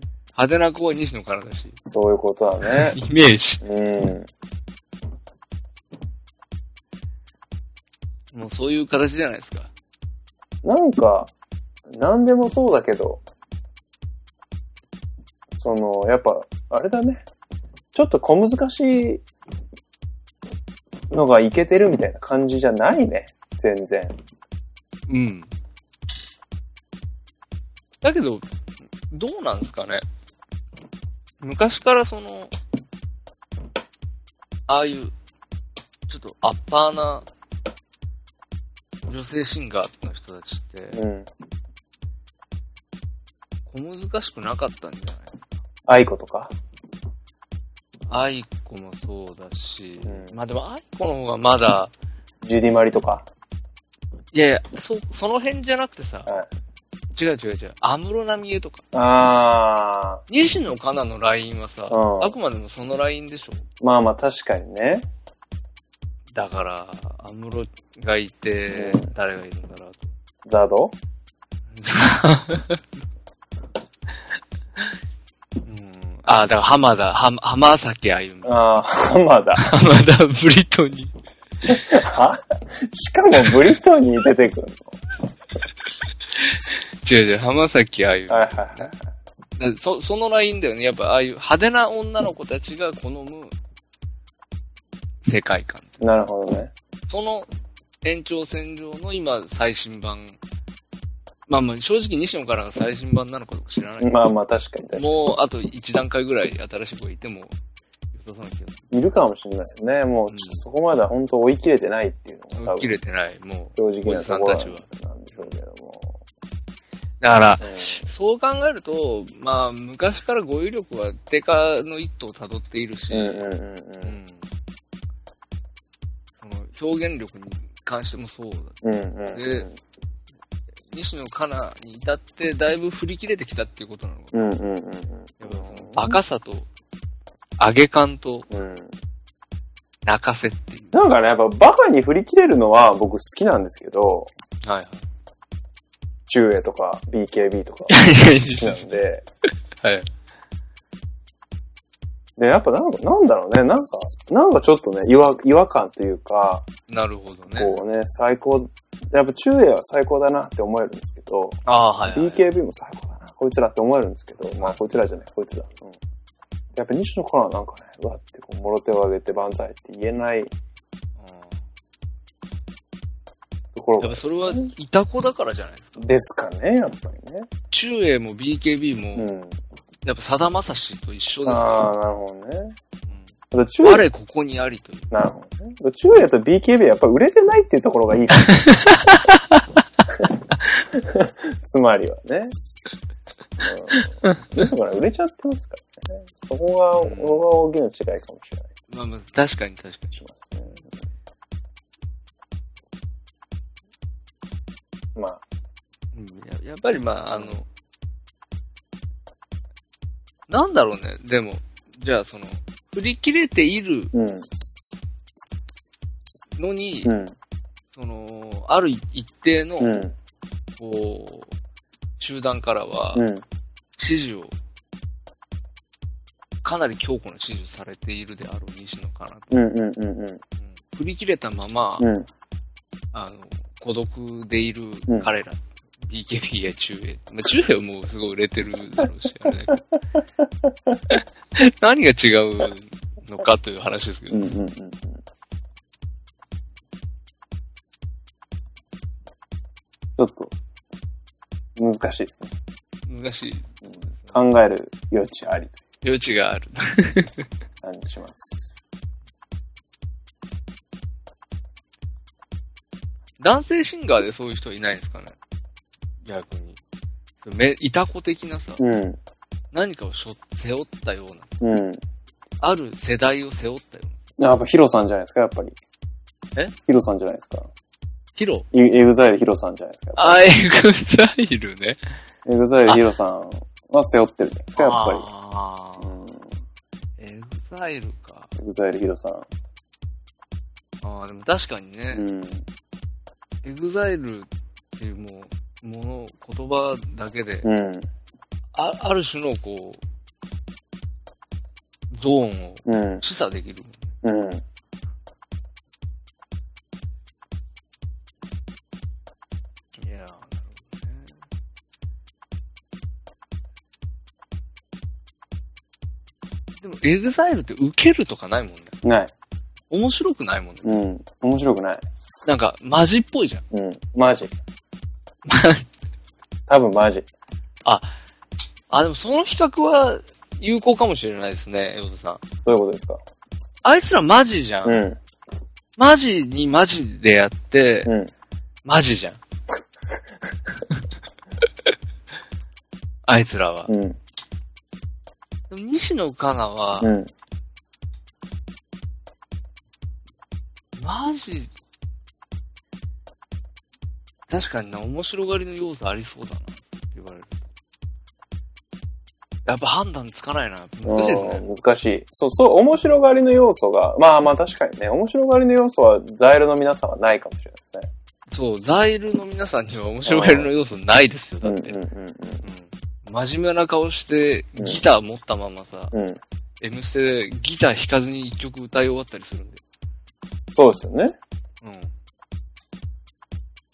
S3: 手な子は西野からだし、
S2: そういうことだ ね。
S3: イメージ。
S2: うん。
S3: もうそういう形じゃないですか。
S2: なんか、なんでもそうだけど、その、やっぱ、あれだね。ちょっと小難しいのがいけてるみたいな感じじゃないね。全然。
S3: うん。だけど、どうなんですかね。昔からその、ああいう、ちょっとアッパーな女性シンガーの人たちって、
S2: うん。
S3: 小難しくなかったんじゃない
S2: 愛子とか。
S3: アイコもそうだし、
S2: うん
S3: まあでもアイコの方がまだ、
S2: ジュディマリとか。
S3: いやいや、そ、その辺じゃなくてさ、
S2: は
S3: 違う違う違う、安室奈美恵とか、
S2: あ
S3: 西野カナのラインはさ、
S2: うん
S3: あくまでもそのラインでしょ
S2: ー。まあまあ確かにね。
S3: だから、安室がいて、
S2: うん
S3: 誰がいるんだろうと。
S2: ザード
S3: うん、あ、だから浜田、浜浜崎あゆみ。
S2: ああ、 浜田。
S3: 浜田ブリトニー。
S2: はしかもブリトニー出てくる
S3: 違う違う、浜崎あゆみ。
S2: の。はいはいはい。
S3: だからそそのラインだよね。やっぱああいう派手な女の子たちが好む世界観。
S2: なるほどね。
S3: その延長線上の今最新版。まあまあ正直西野からが最新版なのかどうか知らないけど。
S2: まあまあ確かに確か
S3: もうあと1段階ぐらい新しい子がいても、よさそうな気がす
S2: に。いるかもしれないよね。もうちょっとそこまでは本当追い切れてないっていうの
S3: る。
S2: が多
S3: 切
S2: 分
S3: れてない。もう、
S2: 正
S3: お
S2: 直な
S3: じさ
S2: と
S3: ん
S2: ころ
S3: た
S2: な
S3: ち
S2: ん
S3: は
S2: で。しょうけども。
S3: だから、
S2: うん
S3: そう考えると、まあ昔から語彙力は低下の一途を辿っているし、
S2: うんうんうんうん。
S3: その表現力に関してもそうだ。
S2: うんうん
S3: で西野カナに至ってだいぶ振り切れてきたっていうことなのか。
S2: うんうんうん
S3: やっぱそのバカさと、上げ感と、
S2: うん。うん。
S3: 泣かせってい
S2: なんかね、やっぱバカに振り切れるのは僕好きなんですけど、
S3: う。はい
S2: 中英とか BKB とか
S3: はい。
S2: 好きなんで、
S3: はい。
S2: で、やっぱなんか、なんだろうね、なんか、なんかちょっとね、違和違和感というか、
S3: なるほどね。
S2: こうね、最高、やっぱ中英は最高だなって思えるんですけど、
S3: ああー、はいはい、
S2: BKB も最高だな、こいつらって思えるんですけど、まあこいつらじゃない、こいつら。うん。やっぱ西野カナはなんかね、うわってこう、もろ手を挙げて万歳って言えないところ
S3: うんやっ
S2: が
S3: ぱそれは、いた子だからじゃないですか。
S2: ですかね、やっぱりね。
S3: 中英も BKB も、
S2: うん。
S3: やっぱさだまさしと一緒です
S2: あ
S3: か
S2: あ、なるほどね。
S3: ら。
S2: あと中
S3: うん、我ここにありという。
S2: なるほどね。中英と BKB はやっぱ売れてないっていうところ がいいかもつまりはね。 うん、だから売れちゃってますからね。そこが、
S3: うん
S2: ここが大きな違いかもしれない
S3: まあまあ、確かに確かに。
S2: しますね。まあ、
S3: うんややっぱりまあ、あの、なんだろうね、でも、じゃあその、振り切れている
S2: うん、
S3: のに、
S2: うん、
S3: その、ある一定の、
S2: うん、
S3: こう、集団からは、
S2: うん、
S3: 支持を、かなり強固な支持をされているであろう西野かなと。
S2: うん、うん、うん、うん、
S3: うん振り切れたまま、
S2: うん、
S3: あの、孤独でいる
S2: うん
S3: 彼ら、 BKB や中英。まあ、中英はもうすごい売れてるだろうし、あれだけど。 何が違うのかという話ですけど。
S2: うんうんうんうん。ちょっと、難しいですね。
S3: 難しい。
S2: 考える余地ありと
S3: 余地がある。
S2: いう感じします。
S3: 男性シンガーでそういう人いないんですかね逆に。め、いた子的なさ、
S2: うん。
S3: 何かをしょ、背負ったような、
S2: うん。
S3: ある世代を背負ったような。
S2: やっぱヒロさんじゃないですか、やっぱり。
S3: え
S2: ヒロさんじゃないですか。
S3: ヒロ
S2: イエグザイルヒロさんじゃないですか。
S3: あ、エグザイル ね。
S2: エグザイルヒロさんは背負ってるじゃないですか、やっぱ
S3: あ
S2: り。うん。
S3: ーエグザイルか。
S2: エグザイルヒロさん。
S3: ああ、でも確かにね、
S2: うん。
S3: エグザイルっていうもう、もの、言葉だけで、
S2: うん。
S3: あある種のこう、ゾーンを
S2: うん。
S3: 示唆できる。
S2: うん。
S3: いやー、なるほどね。でも、エグザイルって受けるとかないもんね。
S2: ない。
S3: 面白くないもんね。
S2: うん。面白くない。
S3: なんか、マジっぽいじゃん。
S2: うん。マ ジ。多分マジ。
S3: あ、でもその比較は有効かもしれないですね、ヨウさん。
S2: どういうことですか
S3: あいつらマジじゃん。
S2: うん。
S3: マジにマジでやって、
S2: うん。
S3: マジじゃん。あいつらは。
S2: うん。
S3: でも西野カナは、
S2: うん。
S3: マジ、確かにな、面白がりの要素ありそうだな、って言われる。やっぱ判断つかないな。難しいですね。
S2: うん難しい。そう、そう、面白がりの要素が、まあまあ確かにね、面白がりの要素はザイルの皆さんはないかもしれない
S3: そう、ザイルの皆さんには面白がりの要素ないですよ、だっ
S2: です
S3: て。
S2: ね。うんうん
S3: うん真面目な顔して、
S2: うん
S3: ギター持ったままさ、
S2: うんうん。うん。
S3: M ステでギター弾かずに一曲歌い終わったりするんで。
S2: そうですよね。
S3: うん。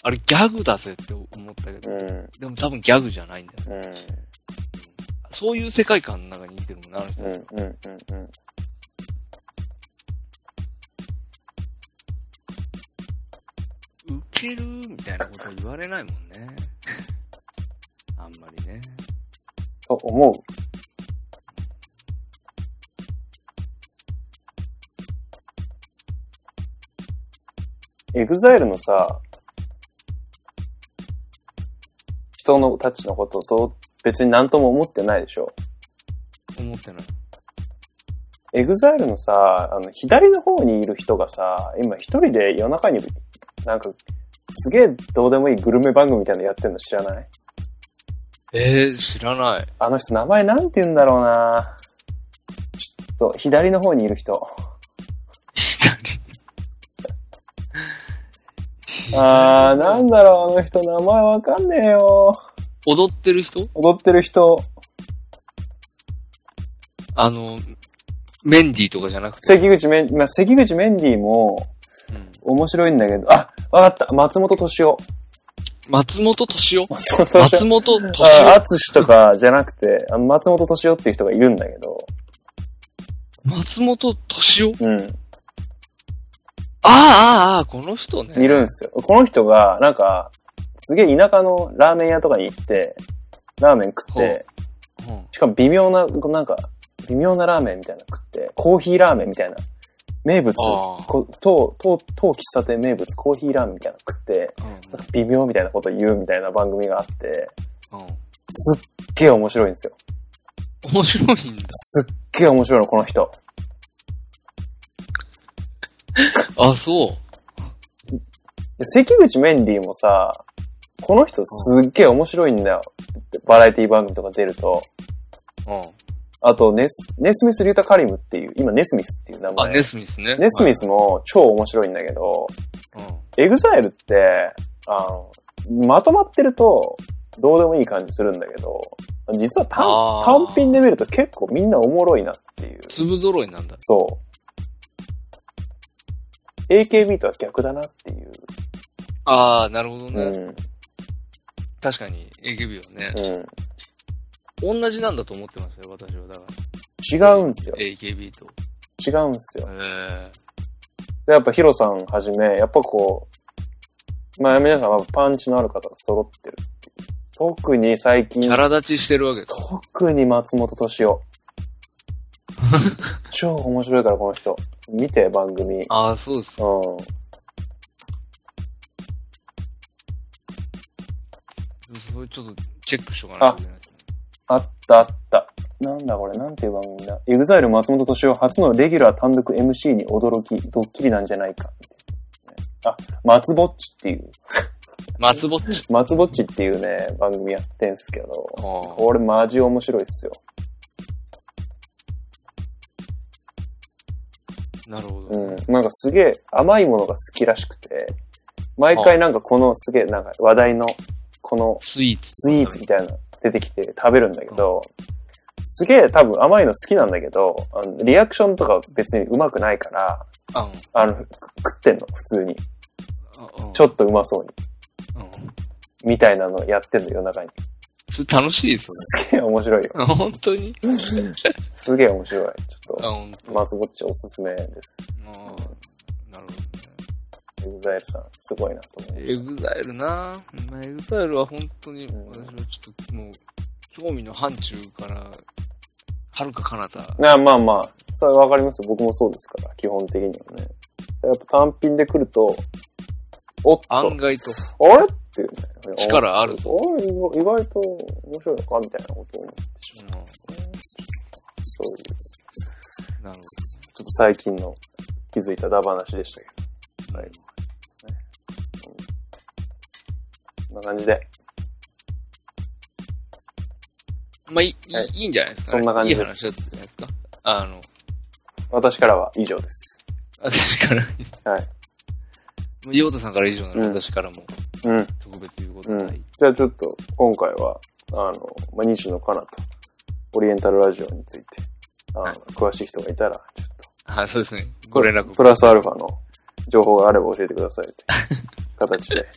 S3: あれギャグだぜって思ったけ
S2: う
S3: ど、
S2: ん。
S3: でも多分ギャグじゃないんだよ。
S2: う
S3: そういう世界観の中にいてるもんな、あの人
S2: ん。うん。うん。うん。うん。
S3: ウケるみたいなこと言われないもんね。 あんまりね。
S2: と思う。エグザイルのさ、人のたちのことと別に何とも思ってないでしょ。
S3: 思ってない。
S2: エグザイルのさ、あの、左の方にいる人がさ、今一人で夜中に、なんか、すげえどうでもいいグルメ番組みたいなのやってるの知らない
S3: えー、知らない。
S2: あの人名前なんて言うんだろうなちょっと、左の方にいる人。
S3: 左。
S2: あー、なんだろう、あの人、名前わかんねえよ。
S3: 踊ってる人
S2: 踊ってる人、
S3: あの、メンディーとかじゃなくて。
S2: 関口メン、まあ、関口メンディーも
S3: うん
S2: 面白いんだけど、あ、わかった、松本敏夫。
S3: 松本敏夫
S2: 松本敏
S3: 松
S2: 夫。
S3: 本敏
S2: あ、
S3: 夫
S2: あつしとかじゃなくて、あの松本敏夫っていう人がいるんだけど、
S3: 松本敏夫
S2: うん、
S3: あーあーあー、この人ね。
S2: いるんですよ。この人が、なんか、すげえ田舎のラーメン屋とかに行って、ラーメン食っ
S3: ほ
S2: て
S3: う、うん。
S2: しかも微妙な、なんか、微妙なラーメンみたいなの食って、コーヒーラーメンみたいな、名物、
S3: あー
S2: こ当、当、当喫茶店名物コーヒーラーメンみたいなの食って、なんか微妙みたいなこと言うみたいな番組があって、
S3: うん。うん。
S2: すっげえ面白いんですよ。
S3: 面白いんだ。
S2: すっげえ面白いの、この人。
S3: あ、そ
S2: で関口メンディーもさ、この人すっげえ面白いんだよ。バラエティ番組とか出ると。
S3: う。うん。
S2: あとネス、ネスミス・リュータ・カリムっていう、今ネスミスっていう名
S3: あ、
S2: 前。
S3: ネスミスね。
S2: ネスミスも超面白いんだけど、
S3: はい。
S2: エグザイルって、あの、まとまってると、どうでもいい感じするんだけど、実は
S3: あ
S2: 単
S3: ー
S2: 単品で見ると結構みんなおもろいなっていう。
S3: 粒揃いなんだ。
S2: そう。AKB とは逆だなっていう。
S3: ああ、なるほどね。
S2: うん。
S3: 確かに AKB はね、
S2: うん。
S3: 同じなんだと思ってましたよ、私は。だか
S2: 違うんすよ
S3: ら、。AKB と。
S2: 違うんすよ。
S3: え
S2: で、やっぱヒロさんはじめ、やっぱこう、まあ皆さんはパンチのある方が揃ってるっていう。特に最
S3: ー、
S2: 近
S3: キャ、ラ立ちしてるわけか。
S2: 特に松本敏夫。超面白いからこの人。見て、番組。うん。
S3: ああ、そうですか。それちょっとチェックしとかないといけないですね。
S2: あったあった。なんだこれ、なんていう番組だ。EXILE 松本敏夫初のレギュラー単独 MC に驚き、ドッキリなんじゃないか。あ、松ぼっちっていう、
S3: 松ぼっち。
S2: 松ぼっちっていうね、番組やってんすけど。
S3: あー
S2: これマジ面白いっすよ。
S3: なるほど。
S2: うん。なんかすげえ甘いものが好きらしくて、毎回なんかこのすげえなんか話題のこの
S3: スイーツ。
S2: スイーツみたいなの出てきて食べるんだけど、すげえ多分甘いの好きなんだけど、あのリアクションとか別にうまくないから、
S3: あうん
S2: あの、く食ってんの、普通に。
S3: あうん
S2: ちょっとうまそうに。
S3: うん
S2: みたいなのやってんの、夜中に。
S3: それ楽しいです
S2: すげえ面白いよ。
S3: よね。本当に
S2: すげえ面白い。ちょ
S3: あ、
S2: っ
S3: 本
S2: と、
S3: 当。
S2: 松ぼっちおすすめです。
S3: あーなるほど
S2: エ
S3: ね。
S2: グザイルさん、すごいなと思いま
S3: エ
S2: し
S3: グザイルなまあエグザイルは本当に、
S2: ん
S3: 私はちょっともう、興味の範疇から、はるか彼方。
S2: た。なまあまあ、それわかりますよ。僕もそうですから、基本的にはね。やっぱ単品で来ると、おっと、
S3: 案外と、
S2: あれっていうね。
S3: 力あるぞ
S2: あれ意外意外と面白いのかみたいなことを思ってし
S3: う
S2: ま
S3: ん
S2: う。そういう、ち
S3: な
S2: ょ
S3: るほ
S2: っと最近の気づいたダバなしでしたけ
S3: ど。
S2: はいど、こんな感じで。
S3: まあ、いい
S2: はい
S3: いいんじゃないですか、
S2: そんな感じ
S3: いい
S2: です
S3: 話だったんじゃないですかあの、
S2: 私からは以上です。
S3: 私から、
S2: はい。
S3: もうヨータさんから以上なら
S2: うん
S3: 私からも
S2: うん。
S3: 特別言うこと
S2: う
S3: は
S2: ん
S3: ない。。
S2: じゃあちょっと、今回は、あの、まあ、西野カナと、オリエンタルラジオについて、あの、
S3: はい
S2: 詳しい人がいたら、ちょっ
S3: はい、そうですね。ご連絡
S2: と、プラスアルファの情報があれば教えてくださいという 形で、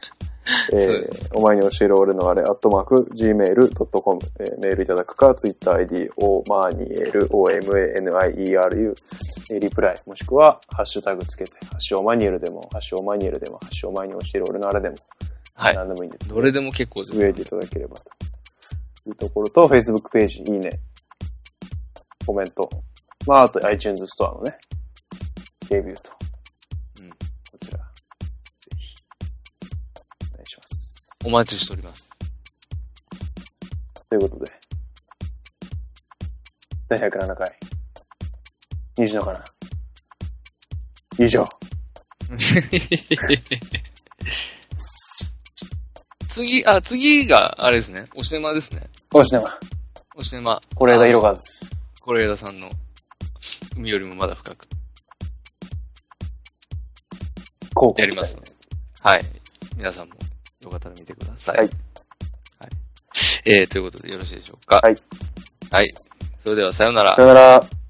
S2: え
S3: そう
S2: ーお前に教える俺のあれ、アットマーク、gmail.com、えーメールいただくか、TwitterID、o, マーニエル、omanieru、えーリプライ、もしくは、ハッシュタグつけて、ハッシュオマニエルでも、ハッシュオマニエルでも、ハッシュお前に教える俺のあれでも、
S3: はい。
S2: 何でもいいんですけど
S3: どれでも結構です
S2: つぶやいていただければというところと、Facebook ページ、いいね、コメント、まあ、あと iTunes ストアのね、レビューと、
S3: うん
S2: こちら、ぜひ、お願いします。
S3: お待ちしております。
S2: ということで、第107回、西野かな。以上。
S3: 次、あ、次が、あれですね。おしねまですね。
S2: おしねま、
S3: おしねま。
S2: これ枝いろがです。
S3: これ枝さんの、海よりもまだ深く、
S2: こう
S3: やりますので。はい。皆さんも、よかったら見てください。
S2: はい
S3: はい。えー、ということでよろしいでしょうか。
S2: はい。
S3: はい。それでは、さようなら
S2: さ。よなら。